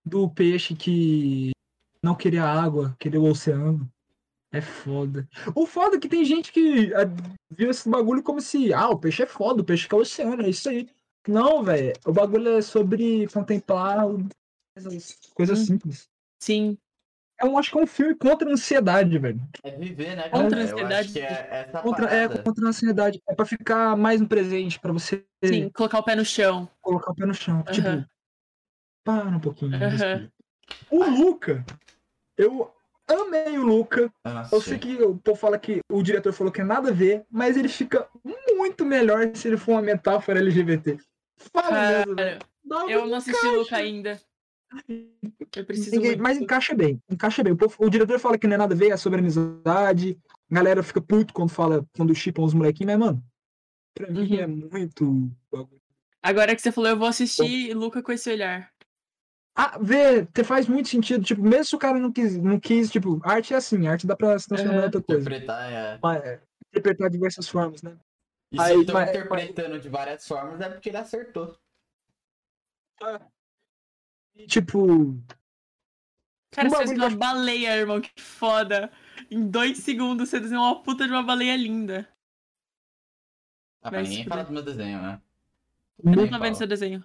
do peixe que não queria água, queria o oceano. É foda. O foda é que tem gente que ah, viu esse bagulho como se, ah, o peixe é foda, o peixe que é o oceano, é isso aí. Não, velho, o bagulho é sobre contemplar o- coisas, coisas Hum. simples. Sim. Eu acho que é um filme contra a ansiedade, velho. É viver, né, cara? Contra a Eu ansiedade. acho que é essa Contra, é parada. contra a ansiedade. É pra ficar mais no presente, pra você Sim, colocar o pé no chão. colocar o pé no chão. Aham. Tipo, para um pouquinho. Aham. respira. O Luca, eu amei o Luca. Eu não Eu sei assisti. que o povo fala que o diretor falou que é nada a ver, mas ele fica muito melhor se ele for uma metáfora LGBT. Fala mesmo, velho. Cara, Dá eu um não assisti encaixe. o Luca ainda. Eu preciso Ninguém- muito. mas encaixa bem, encaixa bem. O, povo- o diretor fala que não é nada a ver, é sobre amizade. A galera fica puto quando fala, quando chipam os molequinhos, mas, mano, pra mim Uhum. é muito. Agora que você falou, eu vou Então assistir Luca com esse olhar. Ah, vê, te faz muito sentido. Tipo, mesmo se o cara não quis, não quis, tipo, arte é assim, arte dá pra se transformar em Aham. outra coisa. Interpretar, é. Mas, interpretar diversas formas, né? E se Aí, estão mas- interpretando de várias formas, é porque ele acertou. E, tipo, Cara, Um você fez bagulho uma que baleia, irmão, que foda. Em dois segundos você desenhou uma puta de uma baleia linda. Ah, Vai mas se ninguém fuder. fala do meu desenho, né? Eu não Nem tô vendo fala. seu desenho.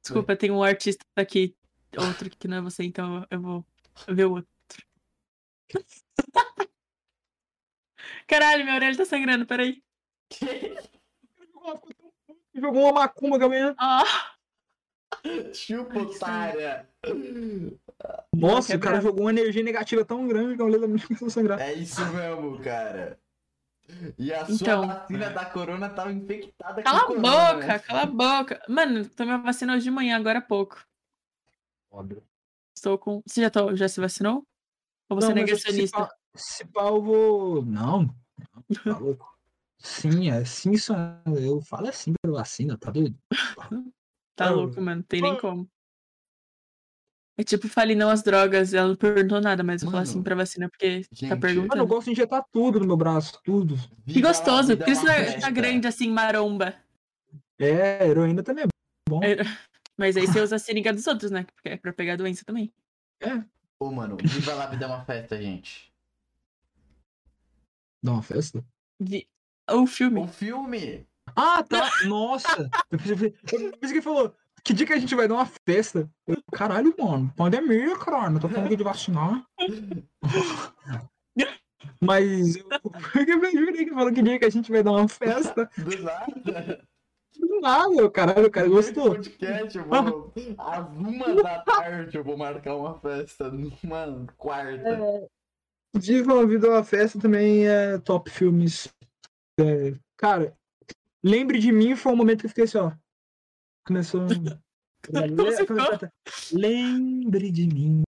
Desculpa, tem um artista aqui, outro que não é você, então eu vou ver o outro. Caralho, minha orelha tá sangrando, peraí. jogou uma macumba que amanhã. Ah, Chupa, otária. Nossa, é o cara brabo. jogou uma energia negativa tão grande que a mulher da minha começou a sangrar. É isso mesmo, cara. E a sua Então. vacina da corona tava infectada cala a com corona, boca, né? cala a boca. Mano, tomei a vacina hoje de manhã, agora há pouco. Estou com. Você já, tô- já se vacinou? Ou você é Não, mas negacionista? Se pau, se pá, eu vou. Não, não, tá louco. Sim, é sim, só- eu falo assim pela vacina, tá doido? Tá Então, Não. louco, mano. Tem nem como. É tipo, falei não às drogas. Ela não perguntou nada, mas eu falo assim Mano, pra vacina, porque tá gente, Mano, eu perguntando. gosto de injetar tudo no meu braço, tudo. Vida Que é uma- gostoso. vida é Por isso uma não é- tá festa. grande assim, maromba. É, heroína também é Mas aí você usa a seringa dos outros, né? Porque é pra pegar doença também. Ô, mano, viva lá, vida é uma festa, gente. Dá uma festa? Vi- O filme. O filme. Ah, tá. Nossa. Eu pensei, eu pensei eu pensei que ele falou. Que dia que a gente vai dar uma festa? Eu, Caralho, mano. Pandemia, cara. Não tô falando aqui de vacinar. Mas eu, eu jurei que falou que dia que a gente vai dar uma festa. Do nada. Do nada, eu, caralho, o cara gostou. Podcast, eu vou- Às uma da tarde eu vou marcar uma festa numa quarta. Desenvolvido a é festa também é top filmes. É, cara, lembre de mim foi um momento que eu fiquei assim, ó. Começou. Você ficou? lembre de mim.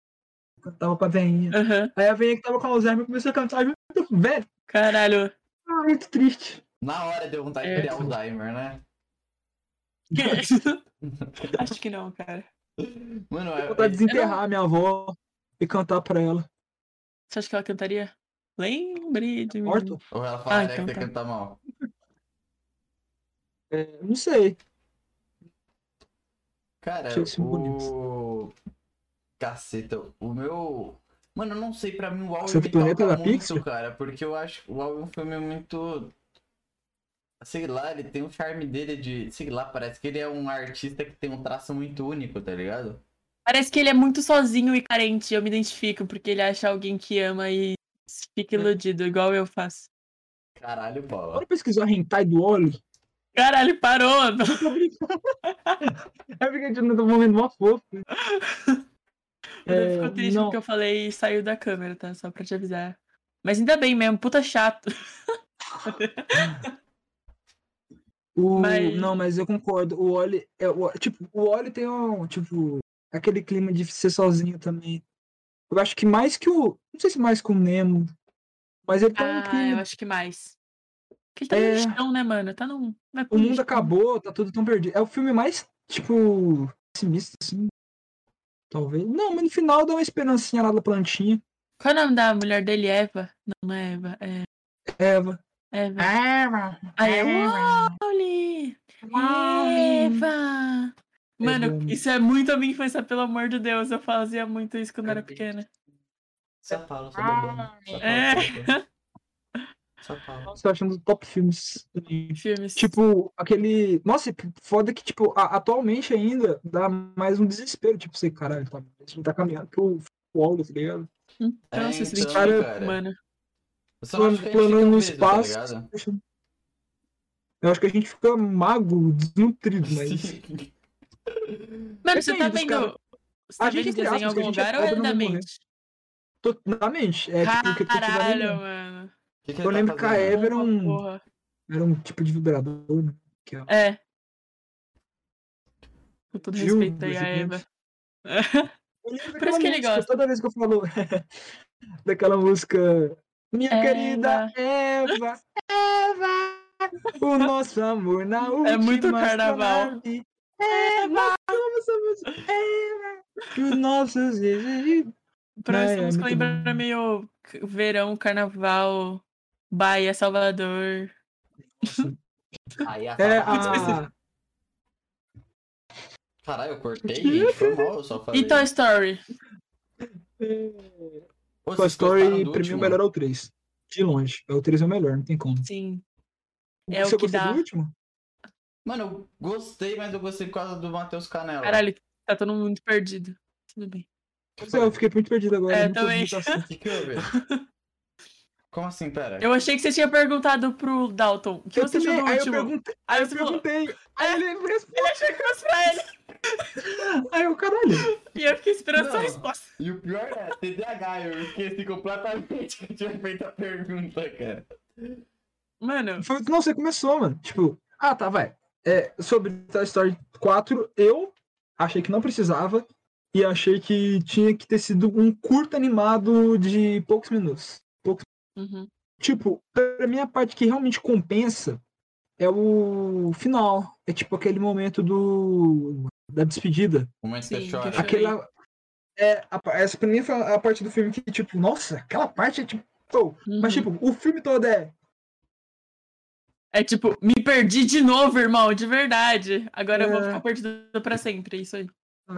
Eu tava com a veinha. Aham. Aí a veinha que tava com a Alzheimer começou a cantar junto. Velho, Caralho. ah, muito triste. Na hora deu vontade É. de criar Alzheimer, né? Acho que não, cara. Mano, Eu vontade de é, desenterrar a minha avó e cantar pra ela. Você acha que ela cantaria? Lembre de mim. Morto? ou ela fala Ah, né, então que você tá. canta mal. É, não sei. Cara, Tinha que ser bonito. o. Caceta, o meu. Mano, eu não sei, pra mim o Alvin Você me do planeta toca da muito, Pixar? cara, porque eu acho que o Alvin é um filme muito. Sei lá, ele tem um charme dele de. Sei lá, parece que ele é um artista que tem um traço muito único, tá ligado? Parece que ele é muito sozinho e carente. Eu me identifico, porque ele acha alguém que ama e É. fica iludido, igual eu faço. Caralho, Paula. Bora pesquisar hentai do Oli. Caralho, parou! É porque a gente não tá momento mó fofo. Ele É, ficou triste não. porque eu falei e saiu da câmera, tá? Só pra te avisar. Mas ainda bem mesmo, puta chato. O- Mas- Não, mas eu concordo. O Oli é o- tipo, o Oli tem um, tipo, aquele clima de ser sozinho também. Eu acho que mais que o, não sei se mais que o Nemo, mas ele tem um Ah, eu clima, acho que mais. Porque ele tá É. no chão, né, mano? Tá num. não é o mundo político. acabou, tá tudo tão perdido. É o filme mais tipo pessimista assim. Talvez. Não, mas no final dá uma esperancinha lá da plantinha. Qual é o nome da mulher dele? Eva? Não, não é Eva. É Eva. Eva. Eva. Aí é Wally! Eva! Mano, Eva. isso é muito a minha infância, pelo amor de Deus. Eu fazia muito isso quando eu era Cadê? pequena. Só Paulo, só bombando. Só Paulo, Ah, É. Só Paulo. Nossa, eu tá achando top filmes também. Filmes. Tipo, aquele. Nossa, e foda que, tipo, a- atualmente ainda dá mais um desespero. Tipo, você, caralho, tá, a gente tá caminhando pro Wall, tá ligado? eu não sei se É, então, identifico, cara. mano. Eu só acho que a gente Planando fica no preso, tá espaço. ligado? Eu acho que a gente fica mago, desnutrido, mas. Sim. Mano, você tá Depende, cara. vendo. Você tá A gente, vendo desenho em entre aspas, que a algum gente é lugar ou é pobre, não da vai morrer. mente? Totalmente. É, tipo, o que eu tô te dando, Caralho, né? mano. O que que ele Eu tá lembro que a fazendo? Eva era um, Porra. era um tipo de vibrador, né? É. Com todo Viu, respeito aí a Brasilmente? Eva. Eu Por lembro daquela isso que ele música, gosta. Toda vez que eu falo daquela música. Minha Eva. querida Eva, Eva, o nosso amor na última É muito carnaval. sonata. Eva, como somos Eva, que os nossos desejos. Pra Ah, mim, é, essa música muito lembra bom. meio c- verão, carnaval, Bahia, Salvador. Aí a É Paula- a. Caralho, eu cortei? gente. Foi mal, eu só falei. E Toy Story. Ô, vocês gostaram Toy Story, do pra mim, último? o melhor é o 3. De longe. É o 3 é o melhor, não tem como. Sim. É o Você que gostou dá. do último? Mano, eu gostei, mas eu gostei por causa do Matheus Canela. Caralho, tá todo mundo perdido. Tudo bem. Que Pois é, Eu fiquei muito perdido agora. É, eu não tô também. muito assim. que que houve? Como assim, pera? Eu achei que você tinha perguntado pro Dalton. O que Eu você achou também- do Aí eu último? perguntei, Aí eu você falou, perguntei. Aí ele respondeu. eu achei que fosse pra ele. Aí eu, caralho. E eu fiquei esperando sua Não. resposta. E o pior é, TDAH, eu esqueci completamente que eu tinha feito a pergunta, cara. Mano, Foi, não, você começou, mano. Tipo, ah, tá, vai. É, sobre Toy Story 4, eu achei que não precisava e achei que tinha que ter sido um curto animado de poucos minutos. uhum. Tipo, pra mim a parte que realmente compensa é o final. É tipo aquele momento do da despedida. Como é que você Sim, chora? que eu- Aquela. É, a, pa- essa pra mim foi a parte do filme que, tipo, nossa, aquela parte é tipo. pô. Mas, uhum. tipo, o filme todo é. É tipo, me perdi de novo, irmão, de verdade. Agora eu vou É. ficar perdido pra sempre, é isso aí.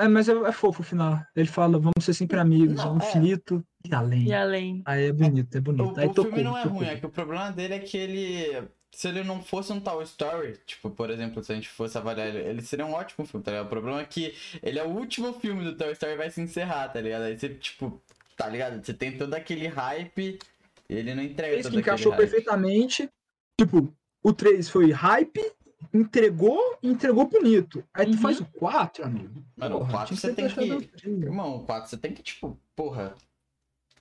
É, mas é, é fofo o final. Ele fala, vamos ser sempre amigos, Não, ao é. infinito e além. E além. Aí é bonito, é O, bonito. Aí o tocou. filme não é tocou. ruim, é que o problema dele é que ele se ele não fosse um tal story, tipo, por exemplo, se a gente fosse avaliar ele, ele seria um ótimo filme, tá ligado? O problema é que ele é o último filme do Toy Story e vai se encerrar, tá ligado? Aí você, tipo, tá ligado? Você tem todo aquele hype e ele não entrega Fez todo que aquele encaixou hype. perfeitamente. Tipo, o 3 foi hype, entregou e entregou bonito. Aí tu Uhum. faz o 4, amigo. Mano, o Porra, quatro tinha você ter um tem deixado que- o três. Irmão, o 4 você tem que, tipo, porra,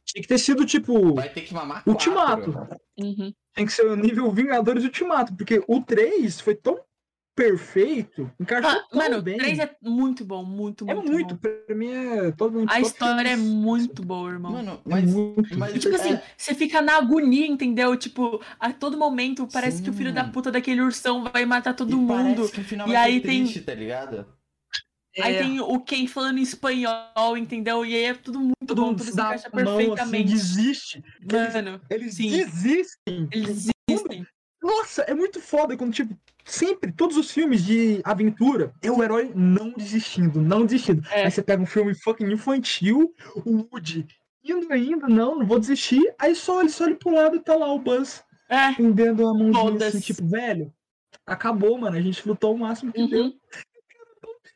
Tinha que ter sido, tipo, vai ter que mamar quatro. Ultimato. Uhum. tem que ser o nível Vingadores Ultimato, porque o 3 foi tão perfeito, encaixou Ah, Tá tão mano, o bem. 3 é muito bom, muito, É muito muito, bom. pra mim é todo A história é muito boa, irmão. Mano, É mas. muito. mas- E, tipo assim, você fica na agonia, entendeu? Tipo, a todo momento parece que o filho Sim. da puta daquele ursão vai matar todo e parece é mundo. que o final E vai ser aí tem- triste, tá ligado? Aí É. tem o Ken falando em espanhol, entendeu? E aí é tudo muito todo bom, mundo tudo se dá encaixa a mão, assim, perfeitamente. desiste. Mano, Eles Sim. desistem. eles existem. Nossa, é muito foda quando, tipo, sempre, todos os filmes de aventura, é o herói não desistindo, não desistindo. É. Aí você pega um filme fucking infantil, o Woody indo ainda, não, não vou desistir. Aí só ele só olha pro lado e tá lá o Buzz É. estendendo a mãozinha Foda-se. assim, tipo, velho, acabou, mano, a gente lutou o máximo que deu. uhum.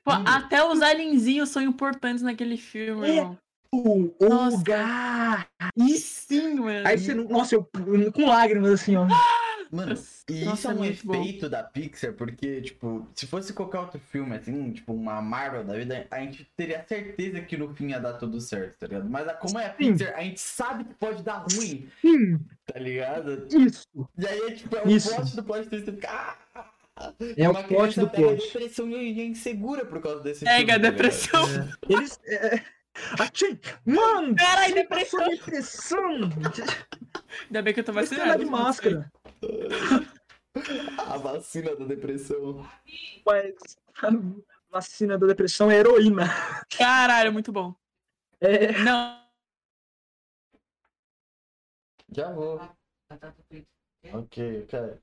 Pô, até os alienzinhos são importantes naquele filme, É. irmão. O Nossa. lugar! E sim, mano. Aí você, não- nossa, eu com lágrimas assim, ó. Ah! Mano, E Nossa, isso é é um muito bom. efeito da Pixar, porque, tipo, se fosse qualquer outro filme, assim, tipo, uma Marvel da vida, a gente teria certeza que no fim ia dar tudo certo, tá ligado? Mas a- como é a Sim. Pixar, a gente sabe que pode dar ruim, Sim, tá ligado? Hum, isso. E aí, é, tipo, é o Isso. plot do plot twist. você fica, "Ah!" É o Uma plot criança do pega plot. depressão e é insegura por causa desse filme. Pega a tá ligado? depressão. Eles. É... Achei! Mano! Caralho, Passou depressão. a depressão! Ainda bem que eu tô Mas tá vacinado. de máscara. A vacina da depressão. Mas a vacina da depressão é heroína. Caralho, muito bom. É. Não. Já vou. tá, Ok, cara.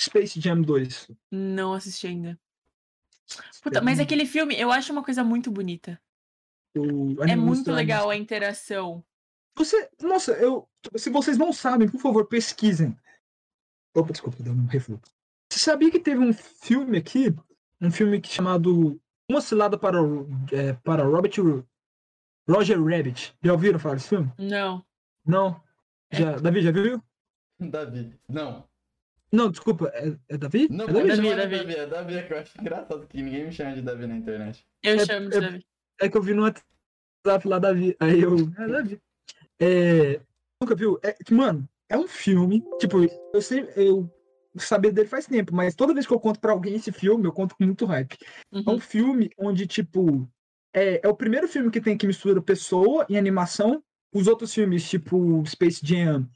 Space Jam 2. Não assisti ainda. Puta, mas é aquele filme, eu acho uma coisa muito bonita. O É Animus muito Prime. legal a interação. Você. Nossa, eu. Se vocês não sabem, por favor, pesquisem. Opa, desculpa, deu um refluxo. Você sabia que teve um filme aqui? Um filme que chamado Uma Cilada para, o- é, para Robert. Roger Rabbit. Já ouviram falar desse filme? Não. Não. Já, Davi, já viu? Davi. Não. Não, desculpa. É, é Davi? Não, é pode Davi, chamar de Davi. Davi. É Davi, é que eu acho engraçado que ninguém me chama de Davi na internet. Eu É- chamo de é- Davi. É que eu vi no WhatsApp lá da Vi. Aí eu. É Davi. É. Nunca viu? É que, mano, é um filme. Tipo, eu sei. Eu sabia dele faz tempo, mas toda vez que eu conto pra alguém esse filme, eu conto com muito hype. É um Uhum. filme onde, tipo. É, é o primeiro filme que tem que mistura pessoa e animação. Os outros filmes, tipo Space Jam,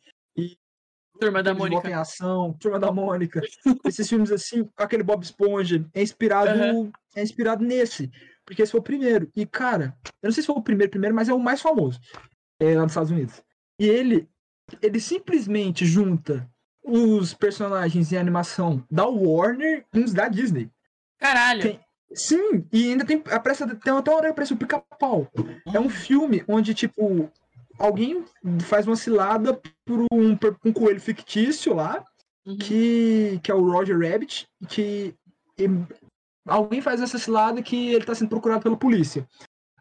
Turma da Eles botam Mônica. em ação, Turma da Mônica. Esses filmes assim, com aquele Bob Esponja, é inspirado, é inspirado nesse. Porque esse foi o primeiro. E, cara, eu não sei se foi o primeiro, primeiro, mas é o mais famoso. é, lá nos Estados Unidos. E ele, ele simplesmente junta os personagens em animação da Warner com os da Disney. Caralho. Tem- Sim, e ainda tem. A pressa, tem até uma hora que aparece o pica-pau. É um filme onde, tipo, alguém faz uma cilada por um, por um coelho fictício lá Uhum. que, que é o Roger Rabbit, que em- alguém faz essa cilada que ele tá sendo procurado pela polícia.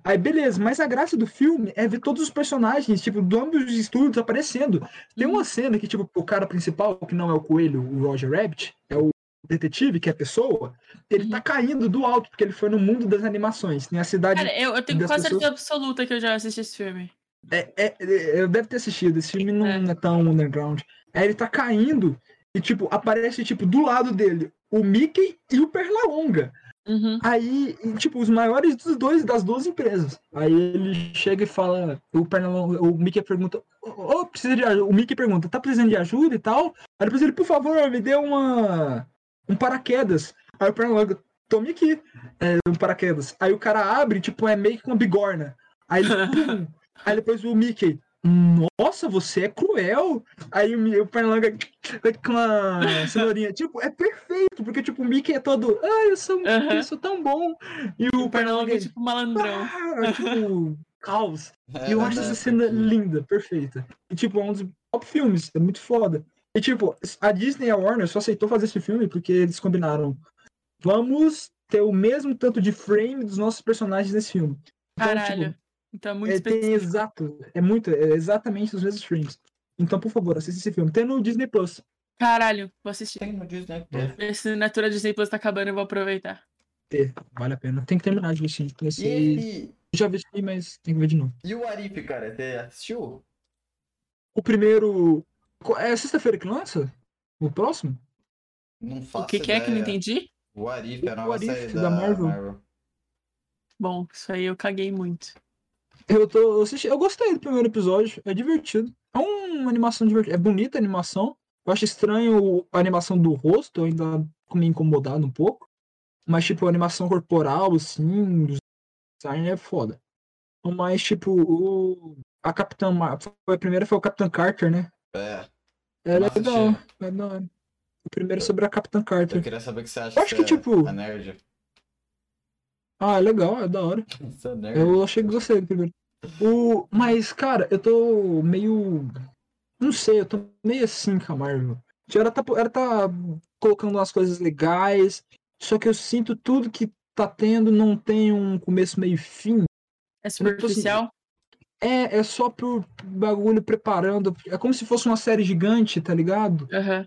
Aí, beleza, mas a graça do filme é ver todos os personagens, tipo, do âmbito dos estúdios aparecendo. Tem uma cena que, tipo, o cara principal, que não é o coelho, o Roger Rabbit, é o detetive, que é a pessoa, ele tá caindo do alto, porque ele foi no mundo das animações. Tem a cidade. Cara, eu, eu tenho das quase pessoas- certeza absoluta que eu já assisti esse filme. É, é- é- eu deve ter assistido, esse filme não é. tão underground. Aí ele tá caindo e, tipo, aparece, tipo, do lado dele o Mickey e o Pernalonga. Uhum. Aí, e, tipo, os maiores dos dois, das duas empresas. Aí ele chega e fala, o Pernalonga, o Mickey pergunta, ô, ô, precisa de ajuda. O Mickey pergunta, tá precisando de ajuda e tal? Aí depois ele, por favor, me dê uma... um paraquedas. Aí o Pernalonga, tome aqui, é, um paraquedas. Aí o cara abre, tipo, é meio que uma bigorna. Aí ele, pum. Aí depois o Mickey, nossa, você é cruel. Aí o Mi- o Pernalonga com uma cenourinha. tipo, é perfeito, porque tipo, o Mickey é todo, ah, eu sou, Aham. eu sou tão bom. E o, O Pernalonga é tipo Então, malandrão. ah, tipo, caos. É, E eu acho né, essa cena porque- linda, perfeita. E, tipo, é um dos, top filmes, é muito foda. E tipo, a Disney e a Warner só aceitou fazer esse filme porque eles combinaram. Vamos ter o mesmo tanto de frame dos nossos personagens nesse filme. Então, Caralho. tipo, Então é muito é, tem específico. exato, é muito, é exatamente os mesmos frames. Então, por favor, assista esse filme. Tem no Disney Plus. Caralho, vou assistir. Tem no Disney. Minha assinatura Disney Plus tá acabando, eu vou aproveitar. É, Vale a pena. Tem que terminar de assistir. E Esse... ele. Já vi, mas tem que ver de novo. E o Arif, cara, você assistiu? O primeiro. co- É sexta-feira que lança? O próximo? Não faço O que, que é que eu não ideia. entendi? O Arif, a O nova Arif série da da Marvel. Bom, isso aí eu caguei muito. Eu tô. Eu, assisti- eu gostei do primeiro episódio. É divertido. É uma animação divertida. É bonita a animação. Eu acho estranho a animação do rosto, eu ainda fico meio incomodado um pouco. Mas, tipo, a animação corporal, assim, os design é foda. Mas, tipo, o... a Capitã. Mar- foi- A primeira foi o Capitã Carter, né? É, É Nossa, legal. tia. É da hora. O primeiro é sobre a Capitã eu Carter. queria saber o que você acha. Eu acho que, você é- tipo- É nerd. Ah, é legal, é da hora. Você é nerd. Eu achei que gostei do primeiro. O... Mas, cara, eu tô meio. Não sei, eu tô meio assim com a Marvel. Tipo, Ela tá, ela tá colocando umas coisas legais, só que eu sinto tudo que tá tendo não tem um começo, meio e fim. É superficial? É, é só por bagulho preparando. É como se fosse uma série gigante, tá ligado? Aham.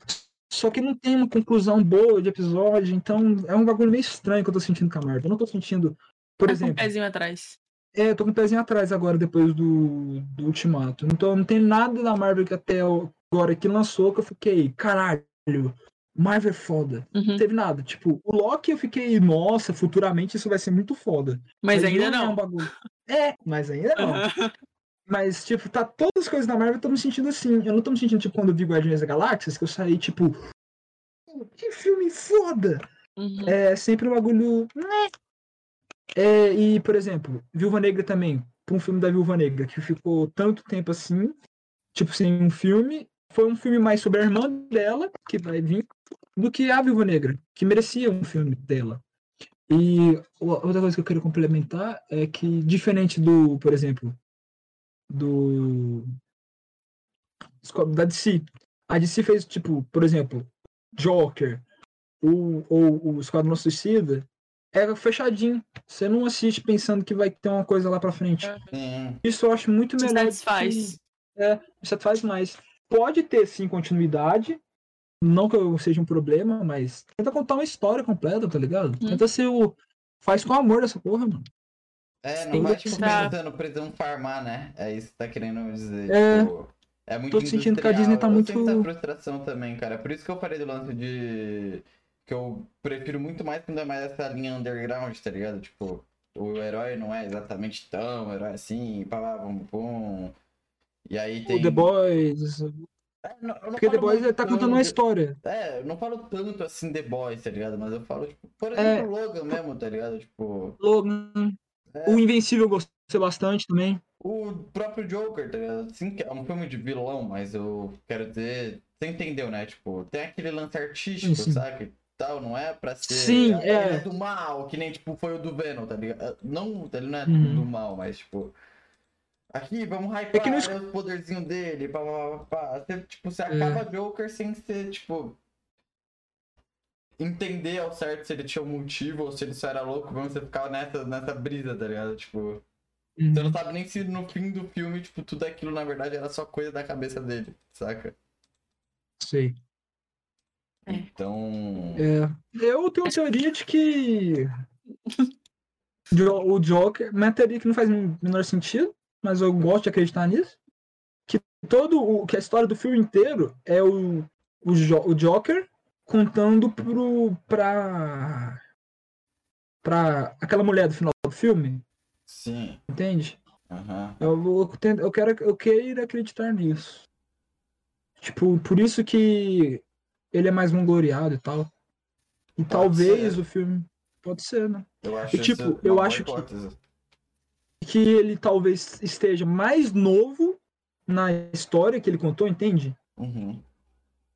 Só que não tem uma conclusão boa de episódio, então é um bagulho meio estranho que eu tô sentindo com a Marvel. Eu não tô sentindo. Tá Por com um exemplo. pezinho atrás. É, eu tô com o pezinho atrás agora, depois do, do Ultimato. Então não tem nada da Marvel que até agora que lançou que eu fiquei, caralho, Marvel é foda. Uhum. Não teve nada. Tipo, o Loki eu fiquei, nossa, futuramente isso vai ser muito foda. Mas ainda É, um não. Uhum. bagulho. é, mas ainda não. Mas, tipo, tá todas as coisas da Marvel eu tô me sentindo assim. Eu não tô me sentindo, tipo, quando eu vi Guardiões da Galáxias, que eu saí, tipo, "Pô, que filme foda! Uhum. É sempre um bagulho. né? É, e, por exemplo, Viúva Negra também. pra Um filme da Viúva Negra que ficou tanto tempo assim, tipo, sem um filme. Foi um filme mais sobre a irmã dela, que vai vir, do que a Viúva Negra, que merecia um filme dela. E o- outra coisa que eu quero complementar é que, diferente do, por exemplo, do. da DC. A DC fez, tipo, por exemplo, Joker, o, ou o Esquadrão Suicida é fechadinho. Você não assiste pensando que vai ter uma coisa lá pra frente. Sim. Isso eu acho muito É. Te É melhor. do satisfaz. que- Satisfaz mais. Pode ter, sim, continuidade. Não que eu seja um problema, mas tenta contar uma história completa, tá ligado? Hum. Tenta ser o. Faz com amor essa porra, mano. É, não Tem vai, que tipo, tá. pensando, precisamos farmar, né? É isso que tá querendo dizer. É. tipo, é muito Tô sentindo que a Disney tá industrial. muito- Eu sinto essa frustração também, cara. Por isso que eu parei do lance de... Que eu prefiro muito mais quando é mais essa linha underground, tá ligado? Tipo, o herói não é exatamente tão herói assim, pá, pá, pum, pum. E aí tem... O The Boys. É, não- eu não Porque The falo Boys muito tá contando tanto- uma história. É, eu não falo tanto assim The Boys, tá ligado? Mas eu falo, tipo, É. por exemplo, o Logan mesmo, tá ligado? Tipo, Logan. É. O Invencível eu gostei bastante também. o próprio Joker, tá ligado? Sim, que é um filme de vilão, mas eu quero dizer, você entendeu, né? Tipo, tem aquele lance artístico, Sim, sim. sabe? Tal, não é pra ser Sim, a é. coisa do mal, que nem tipo foi o do Venom, tá ligado? Não, ele não é Uhum. É do mal, mas tipo. Aqui, vamos hypar, que É. olha não esco- os poderzinhos dele, pá, pá, pá, pá. Você, tipo, você acaba Joker sem ser, tipo, entender ao certo se ele tinha um motivo ou se ele só era louco, mesmo você ficava nessa, nessa brisa, tá ligado? Tipo, você não sabe nem se no fim do filme, tipo, tudo aquilo na verdade era só coisa da cabeça dele, saca? Sei. Então. É, eu tenho a teoria de que Jo- o Joker, uma teoria é que não faz o menor sentido, mas eu gosto de acreditar nisso, que todo o que a história do filme inteiro é o, o, Jo- o Joker contando pro pra pra aquela mulher do final do filme, Sim. entende? Aham. Eu, vou tent- eu quero, eu quero acreditar nisso. Tipo, por isso que ele é mais vangloriado e tal. E talvez ser. o filme. Pode ser, né? Eu acho E, tipo, isso eu uma acho que- boa hipótese. Que ele talvez esteja mais novo na história que ele contou, entende? Uhum.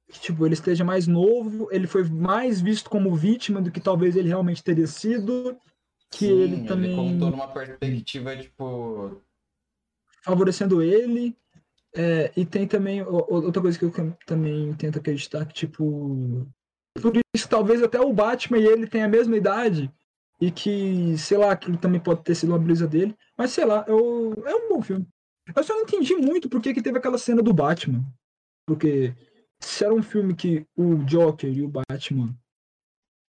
Que, tipo, ele esteja mais novo, ele foi mais visto como vítima do que talvez ele realmente teria sido. Que Sim, ele também contou numa perspectiva, tipo. favorecendo ele. É, e tem também o- o- outra coisa que eu cam- também tento acreditar que, tipo. Por isso, talvez até o Batman e ele tenham a mesma idade. E que, sei lá, aquilo também pode ter sido uma brisa dele. Mas sei lá, eu, é um bom filme. Eu só não entendi muito porque que teve aquela cena do Batman. Porque se era um filme que o Joker e o Batman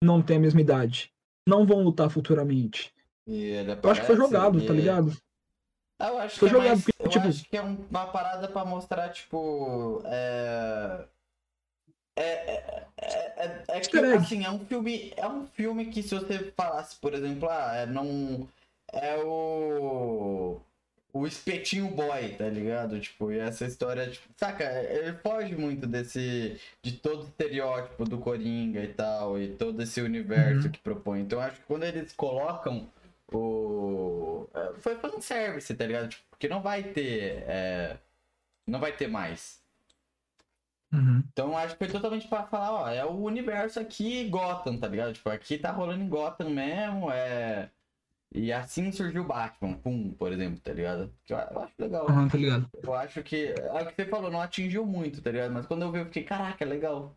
não têm a mesma idade, não vão lutar futuramente. E ele Eu acho que foi aparece jogado, É, e- tá ligado? Ah, Eu acho Foi que é jogado, mais- porque, eu tipo- acho que é um- uma parada pra mostrar, tipo. É. É, é, é, é- é que, Easter egg. assim, é um filme. É um filme que se você falasse, por exemplo, ah, é não. É o. O espetinho boy, tá ligado? Tipo, e essa história, tipo, saca, ele foge muito desse. De todo o estereótipo do Coringa e tal, e todo esse universo Uhum. que propõe. Então eu acho que quando eles colocam o. é, Foi fanservice, tá ligado? Tipo, porque não vai ter. é, Não vai ter mais. Uhum. Então eu acho que foi totalmente pra falar, ó, é o universo aqui Gotham, tá ligado? Tipo, aqui tá rolando em Gotham mesmo, é. E assim surgiu o Batman, pum, por exemplo, tá ligado? Que Eu eu acho legal. Aham, tá ligado? Eu acho que. É o que você falou, não atingiu muito, tá ligado? Mas quando eu vi, eu fiquei, caraca, é legal.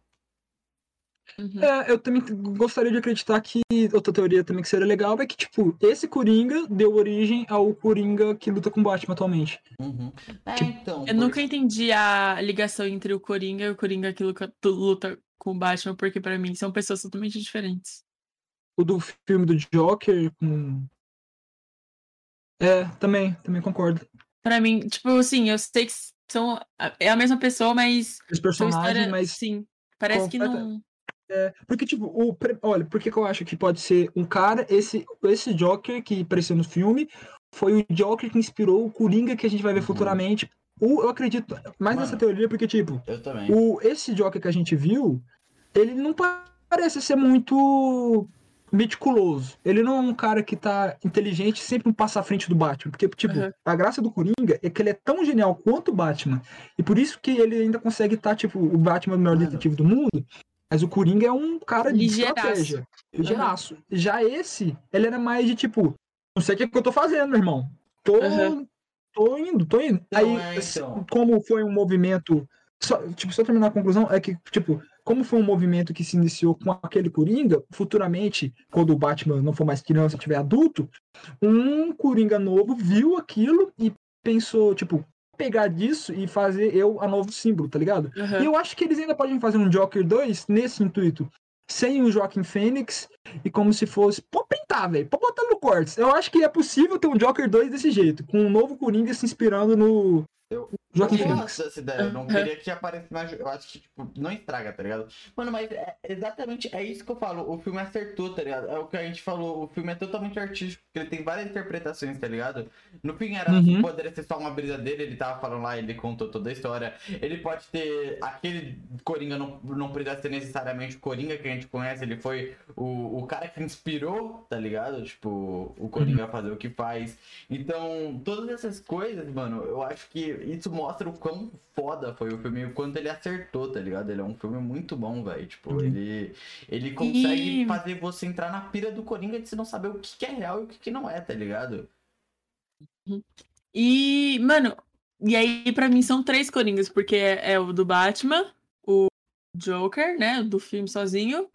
Uhum. É, eu também gostaria de acreditar que outra teoria também que seria legal é que, tipo, esse Coringa deu origem ao Coringa que luta com o Batman atualmente. Uhum. É, Tipo, então. Eu nunca entendi a ligação entre o Coringa e o Coringa que luta, tu- luta com o Batman, porque pra mim são pessoas totalmente diferentes. O do filme do Joker com. É, também, também concordo. Pra mim, tipo assim, eu sei que são é a mesma pessoa, mas Os Então, são personagens, histórias, mas. sim, parece que completa- não. É, porque, tipo, o, pre- olha, porque que eu acho que pode ser um cara, esse, esse Joker que apareceu no filme, foi o Joker que inspirou o Coringa que a gente vai ver Uhum. futuramente. O, eu acredito mais nessa Mano. teoria, porque, tipo, Eu também. o, esse Joker que a gente viu, ele não pa- parece ser muito meticuloso. Ele não é um cara que tá inteligente, sempre um passo à frente do Batman. Porque, tipo, Uhum. a graça do Coringa é que ele é tão genial quanto o Batman. E por isso que ele ainda consegue estar, tipo, o Batman é o melhor Mano. detetive do mundo. Mas o Coringa é um cara de Ligeiraço. estratégia. Ligeiraço. Já esse, ele era mais de tipo, não sei o que, que eu tô fazendo, meu irmão. Tô, Uhum. tô indo, tô indo. Então, Aí, é, então. como foi um movimento só, tipo, só terminar a conclusão, é que, tipo, como foi um movimento que se iniciou com aquele Coringa, futuramente, quando o Batman não for mais criança e tiver adulto, um Coringa novo viu aquilo e pensou, tipo, pegar disso e fazer eu a novo símbolo, tá ligado? Aham. E eu acho que eles ainda podem fazer um Joker 2 nesse intuito. Sem o Joaquim Fênix e como se fosse. Pô, pintar, velho. Pô, botar no cortes. Eu acho que é possível ter um Joker 2 desse jeito, com um novo Coringa se inspirando no. Eu- Joaquim Eu Fênix. gosto dessa ideia, eu não Uhum. queria que aparecesse mais. Eu acho que, tipo, não estraga, tá ligado? Mano, mas é exatamente é isso que eu falo. O filme acertou, tá ligado? É o que a gente falou. O filme é totalmente artístico, porque ele tem várias interpretações, tá ligado? No fim, era assim, Uhum. poderia ser só uma brisa dele, ele tava falando lá, ele contou toda a história. Ele pode ter. Aquele Coringa não, não precisa ser necessariamente o Coringa que a gente conhece, ele foi o, o cara que inspirou, tá ligado? Tipo, o Coringa a fazer o que faz. Então, todas essas coisas, mano, eu acho que isso mostra o quão foda foi o filme e o quanto ele acertou, tá ligado? Ele é um filme muito bom, velho. Tipo, Uhum. ele, ele consegue E- fazer você entrar na pira do Coringa de você não saber o que, que é real e o que, que não é, tá ligado? E, mano, e aí pra mim são três Coringas, porque é, é o do Batman, o Joker, né, do filme sozinho,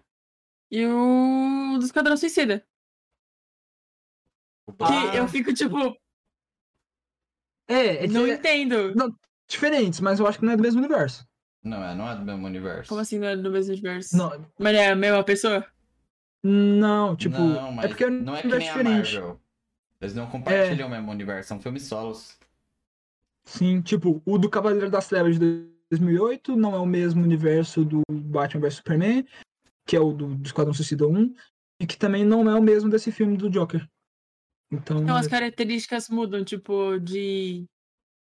e o do Esquadrão Suicida. Ah, Ah. Que eu fico tipo, É, é que não é entendo. diferentes, mas eu acho que não é do mesmo universo. Não, é, não é do mesmo universo. Como assim não é do mesmo universo? Não, Mas é a mesma pessoa? não tipo, não, mas é porque é um não é que universo nem a diferente. É. Marvel. Eles não compartilham o mesmo universo, são filmes solos. Sim, tipo, o do Cavaleiro das Trevas de 2008 não é o mesmo universo do Batman vs Superman, que é o do, do Esquadrão Suicida 1, e que também não é o mesmo desse filme do Joker. Então, Então as características mudam, tipo, de.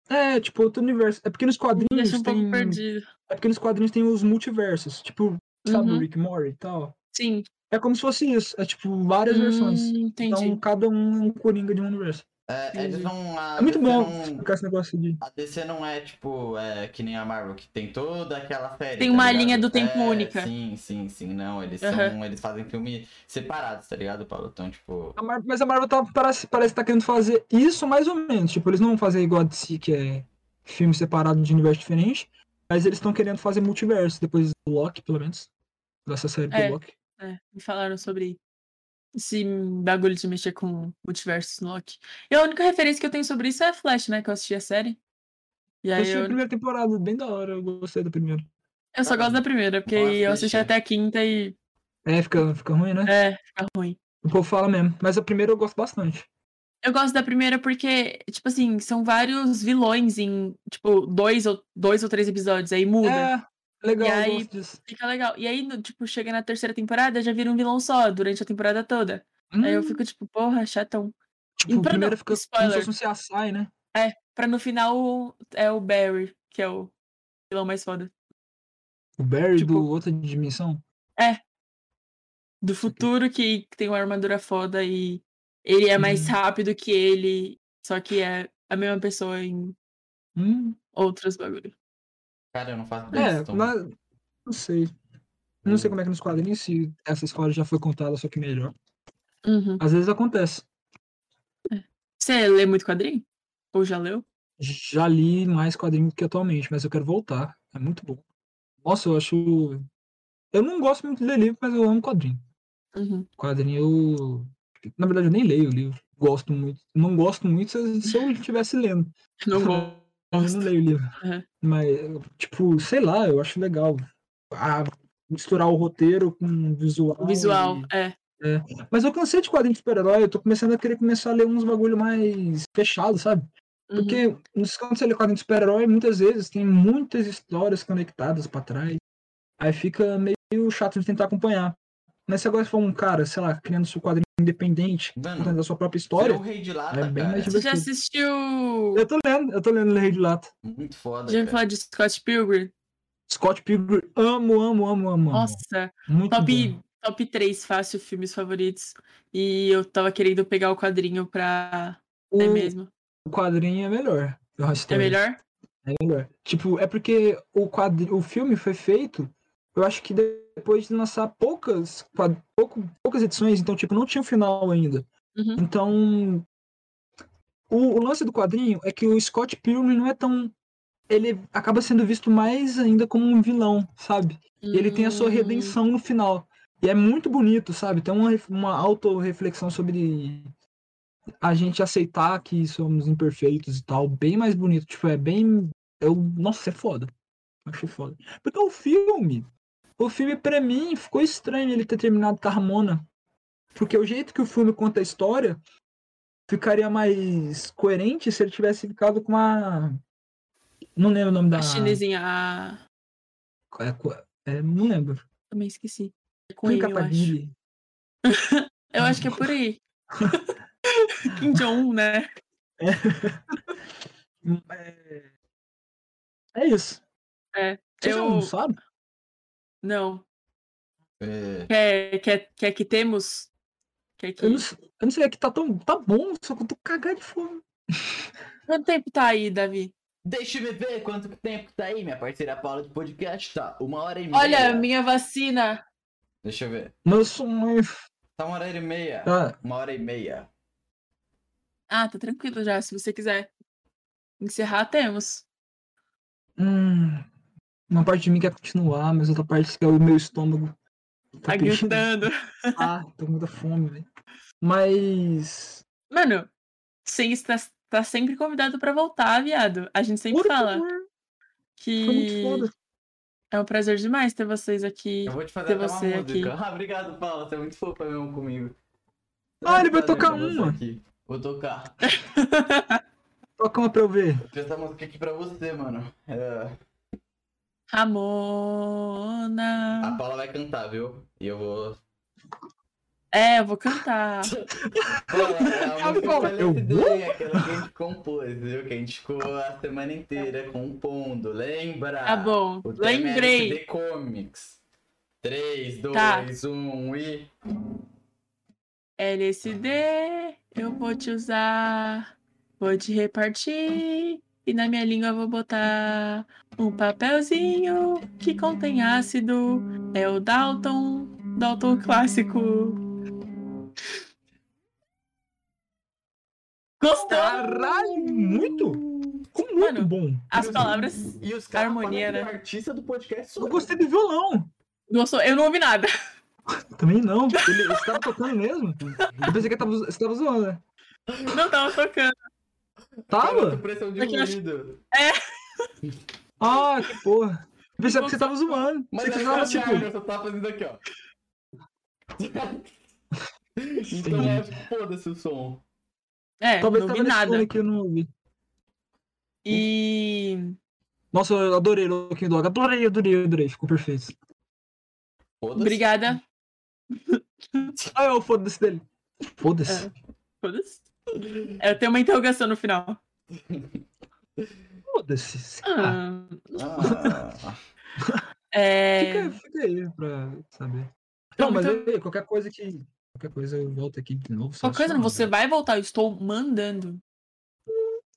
é, tipo, outro universo. É porque nos Me quadrinhos deixa um pouco tem... perdido. É porque nos quadrinhos tem os multiversos, tipo, sabe, o Uhum. Rick Mori e tal. Sim. É como se fosse isso, é tipo, várias versões. Hum, entendi. Então, cada um é um coringa de um universo. É, eles Entendi. não. a É muito DC bom não- explicar esse negócio de. A DC não é tipo, é, que nem a Marvel, que tem toda aquela série. Tem tá uma ligado? linha do tempo É, única. Sim, sim, sim. Não, eles Aham. são. Eles fazem filme separados, tá ligado, Paulo? Então, tipo. A Mar- Mas a Marvel tá, parece, parece que tá querendo fazer isso mais ou menos. Tipo, eles não vão fazer igual a DC, que é filmes separados de universo diferente. Mas eles estão querendo fazer multiverso depois do Loki, pelo menos. Dessa série É. do Loki. É, me falaram sobre esse bagulho de mexer com multiversos no Loki. E a única referência que eu tenho sobre isso é Flash, né? Que eu assisti a série. E Eu aí assisti a eu, primeira temporada, bem da hora, eu gostei da primeira. eu só gosto da primeira, porque Nossa, eu assisti deixa. até a quinta e. É, fica, fica ruim, né? É, fica ruim. O povo fala mesmo. Mas a primeira eu gosto bastante. Eu gosto da primeira porque, tipo assim, são vários vilões em, tipo, dois ou, dois ou três episódios. Aí muda. É, legal, E eu aí- gosto disso. Fica legal. E aí, no- tipo, chega na terceira temporada, já vira um vilão só durante a temporada toda. Aí eu Hum, fico, tipo, porra, chatão. tipo, a perdão, primeira fica como se spoiler. fosse um CSI, né? Pra no final o- é o Barry, que é o vilão mais foda. O Barry Tipo- do Outra Dimensão. Do futuro que, que tem uma armadura foda e ele é mais Uhum. rápido que ele, só que é a mesma pessoa em Hum, outros bagulhos. Cara, eu não faço ideia. é, mas... Não sei. Não Uhum. sei como é que é nos quadrinhos, se essa história já foi contada, só que melhor. Às vezes acontece. Você lê muito quadrinho? Ou já leu? Já li mais quadrinhos que atualmente, mas eu quero voltar. É muito bom. Nossa, eu acho. Eu não gosto muito de ler livro, mas eu amo quadrinho. Uhum. Quadrinho eu. Na verdade, eu nem leio livro. Gosto muito. Não gosto muito se se eu estivesse lendo. Não é. Eu não gosto. leio livro. Aham. Mas, tipo, sei lá, eu acho legal. Ah, misturar o roteiro com o visual. O visual, e- é. Mas eu cansei de quadrinho de super-herói, eu tô começando a querer começar a ler uns bagulho mais fechado, sabe? Uhum. Porque nos quando você lê quadrinho de super-herói, muitas vezes tem muitas histórias conectadas pra trás. Aí fica meio chato de tentar acompanhar. Mas se agora for um cara, sei lá, criando seu quadrinho independente, contando Mano, a sua própria você é história. o rei de lata, é bem cara. mais Uhum. Você já divertido. assistiu. Eu tô lendo, eu tô lendo Lei de Lata. é Muito foda, Já ouviu cara. falar de Scott Pilgrim? Scott Pilgrim, amo, amo, amo, amo. amo. Nossa, Muito bom. top, top 3 fácil filmes favoritos. E eu tava querendo pegar o quadrinho pra. O, É mesmo. o quadrinho é melhor. Eu acho É melhor? É melhor. Tipo, é porque o quadri... o filme foi feito, eu acho que depois de lançar poucas, quad- pouco- poucas edições, então, tipo, não tinha um final ainda. Uhum. Então, o, o lance do quadrinho é que o Scott Pilgrim não é tão. Ele acaba sendo visto mais ainda como um vilão, sabe? E ele tem a sua Hum, redenção no final. E é muito bonito, sabe? Tem uma, ref- uma autorreflexão sobre a gente aceitar que somos imperfeitos e tal. Bem mais bonito. Tipo, é bem. Eu... Nossa, é foda. Achei foda. Porque o filme. O filme, pra mim, ficou estranho ele ter terminado com a Ramona. Porque o jeito que o filme conta a história ficaria mais coerente se ele tivesse ficado com a. Não lembro o nome da. A chinesinha. a- É, co- é, não lembro. Também esqueci. É com ele, Kim eu acho. Kataguiri. Eu acho que é por aí. Kim Jong-un, né? É... é isso. É, Você já eu- não sabe? Não. É, Quer, quer, quer que temos? Quer que... Eu não, sei- eu não sei, é que tá tão. Tá bom, só que eu tô cagado de fome. Quanto tempo tá aí, Davi? Deixa eu ver quanto tempo tá aí, minha parceira Paula de podcast. Tá, uma hora e meia. Olha, minha vacina. Deixa eu ver. Meu sonho. Tá uma hora e meia. Ah, Uma hora e meia. Ah, tá tranquilo já, se você quiser. Encerrar, temos. hum, uma parte de mim quer continuar, mas outra parte que é o meu estômago. Tá pedindo- gritando. Ah, tô com muita fome, velho. Mas. Mano, você está, tá sempre convidado pra voltar, viado. A gente sempre Por fala favor, Foi muito que foda. é um prazer demais ter vocês aqui. Eu vou te fazer Tem até você uma aqui. música. Ah, obrigado, Paula. Você é muito fofa mesmo comigo. Ah, ele vai Fazer tocar pra você uma. aqui. Vou tocar. Toca uma pra eu ver. Eu fiz essa música aqui pra você, mano. É, Ramona. Ah. a Paula vai cantar, viu? E eu vou. É, eu vou Ah, cantar. tá. Paula, é Tá a música Paula, que eu eu LSD, aquela que a gente compôs, viu? Que a gente ficou a semana inteira compondo. Lembra? Tá bom. O tema é Lembrei. LSD Comics. 3, 2, Tá. 1 e. Ah. LSD, eu vou te usar. Vou te repartir. E na minha língua eu vou botar um papelzinho que contém ácido. É o Dalton. Dalton clássico. Gostou? Caralho, Ah, muito? Com muito muito Mano, bom. As os- palavras. E os caras Harmonia, falam que né? o artista do podcast sou Eu eu. gostei do violão. Nossa, eu não ouvi nada. Também não. Ele, esse cara tá tocando mesmo. Eu pensei que ele tava, zo- você tava zoando, né? Não tava tocando. Tava com Tava? pressão de Só É que eu acho- ruído. Ah, que porra. Eu pensei que você tava zoando. Mas Pensei que eu tava você tava tipo. eu só tava fazendo aqui, ó. então é foda-se o som. É, Talvez não tava ouvi nada. nada. que eu não ouvi. E. Nossa, eu adorei Looking Dog. Adorei, adorei, adorei. Ficou perfeito. Foda-se. Obrigada. Ah, eu foda-se dele. É. Foda-se. Foda-se. Eu tenho uma interrogação no final. Foda-se. sei lá. Ah, Ah, é... Fica, fica aí pra saber. Não, Não, mas então- aí, qualquer coisa que. Qualquer coisa eu volto aqui de novo. só Qualquer coisa, não, chamar, você velho. vai voltar, eu estou mandando.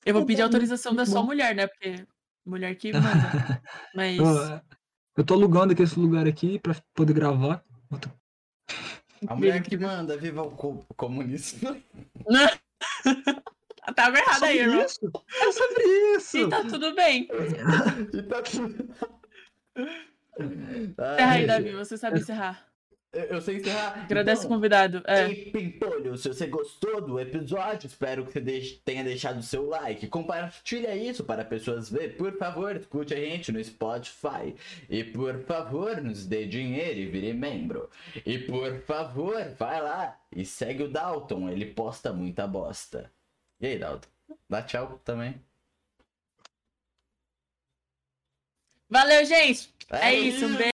Eu vou Tá pedir bom, autorização da muito sua bom. mulher, né? Porque mulher que manda. Mas. Ah, Eu tô alugando aqui esse lugar aqui pra poder gravar. a mulher que manda, viva o co- comunismo. Tá algo errado aí, irmão. isso? É sobre isso! E tá tudo bem. E tá tudo. Encerra Ai, aí, gente. Davi, você sabe encerrar. Eu, eu sei encerrar. Agradece o então, convidado. É. Ei, Pimpolho, se você gostou do episódio, espero que você deixe- tenha deixado o seu like. Compartilha isso para pessoas ver. Por favor, escute a gente no Spotify. E por favor, nos dê dinheiro e vire membro. E por favor, vai lá e segue o Dalton. Ele posta muita bosta. E aí, Dalton? Dá tchau também. Valeu, gente. É isso, um beijo.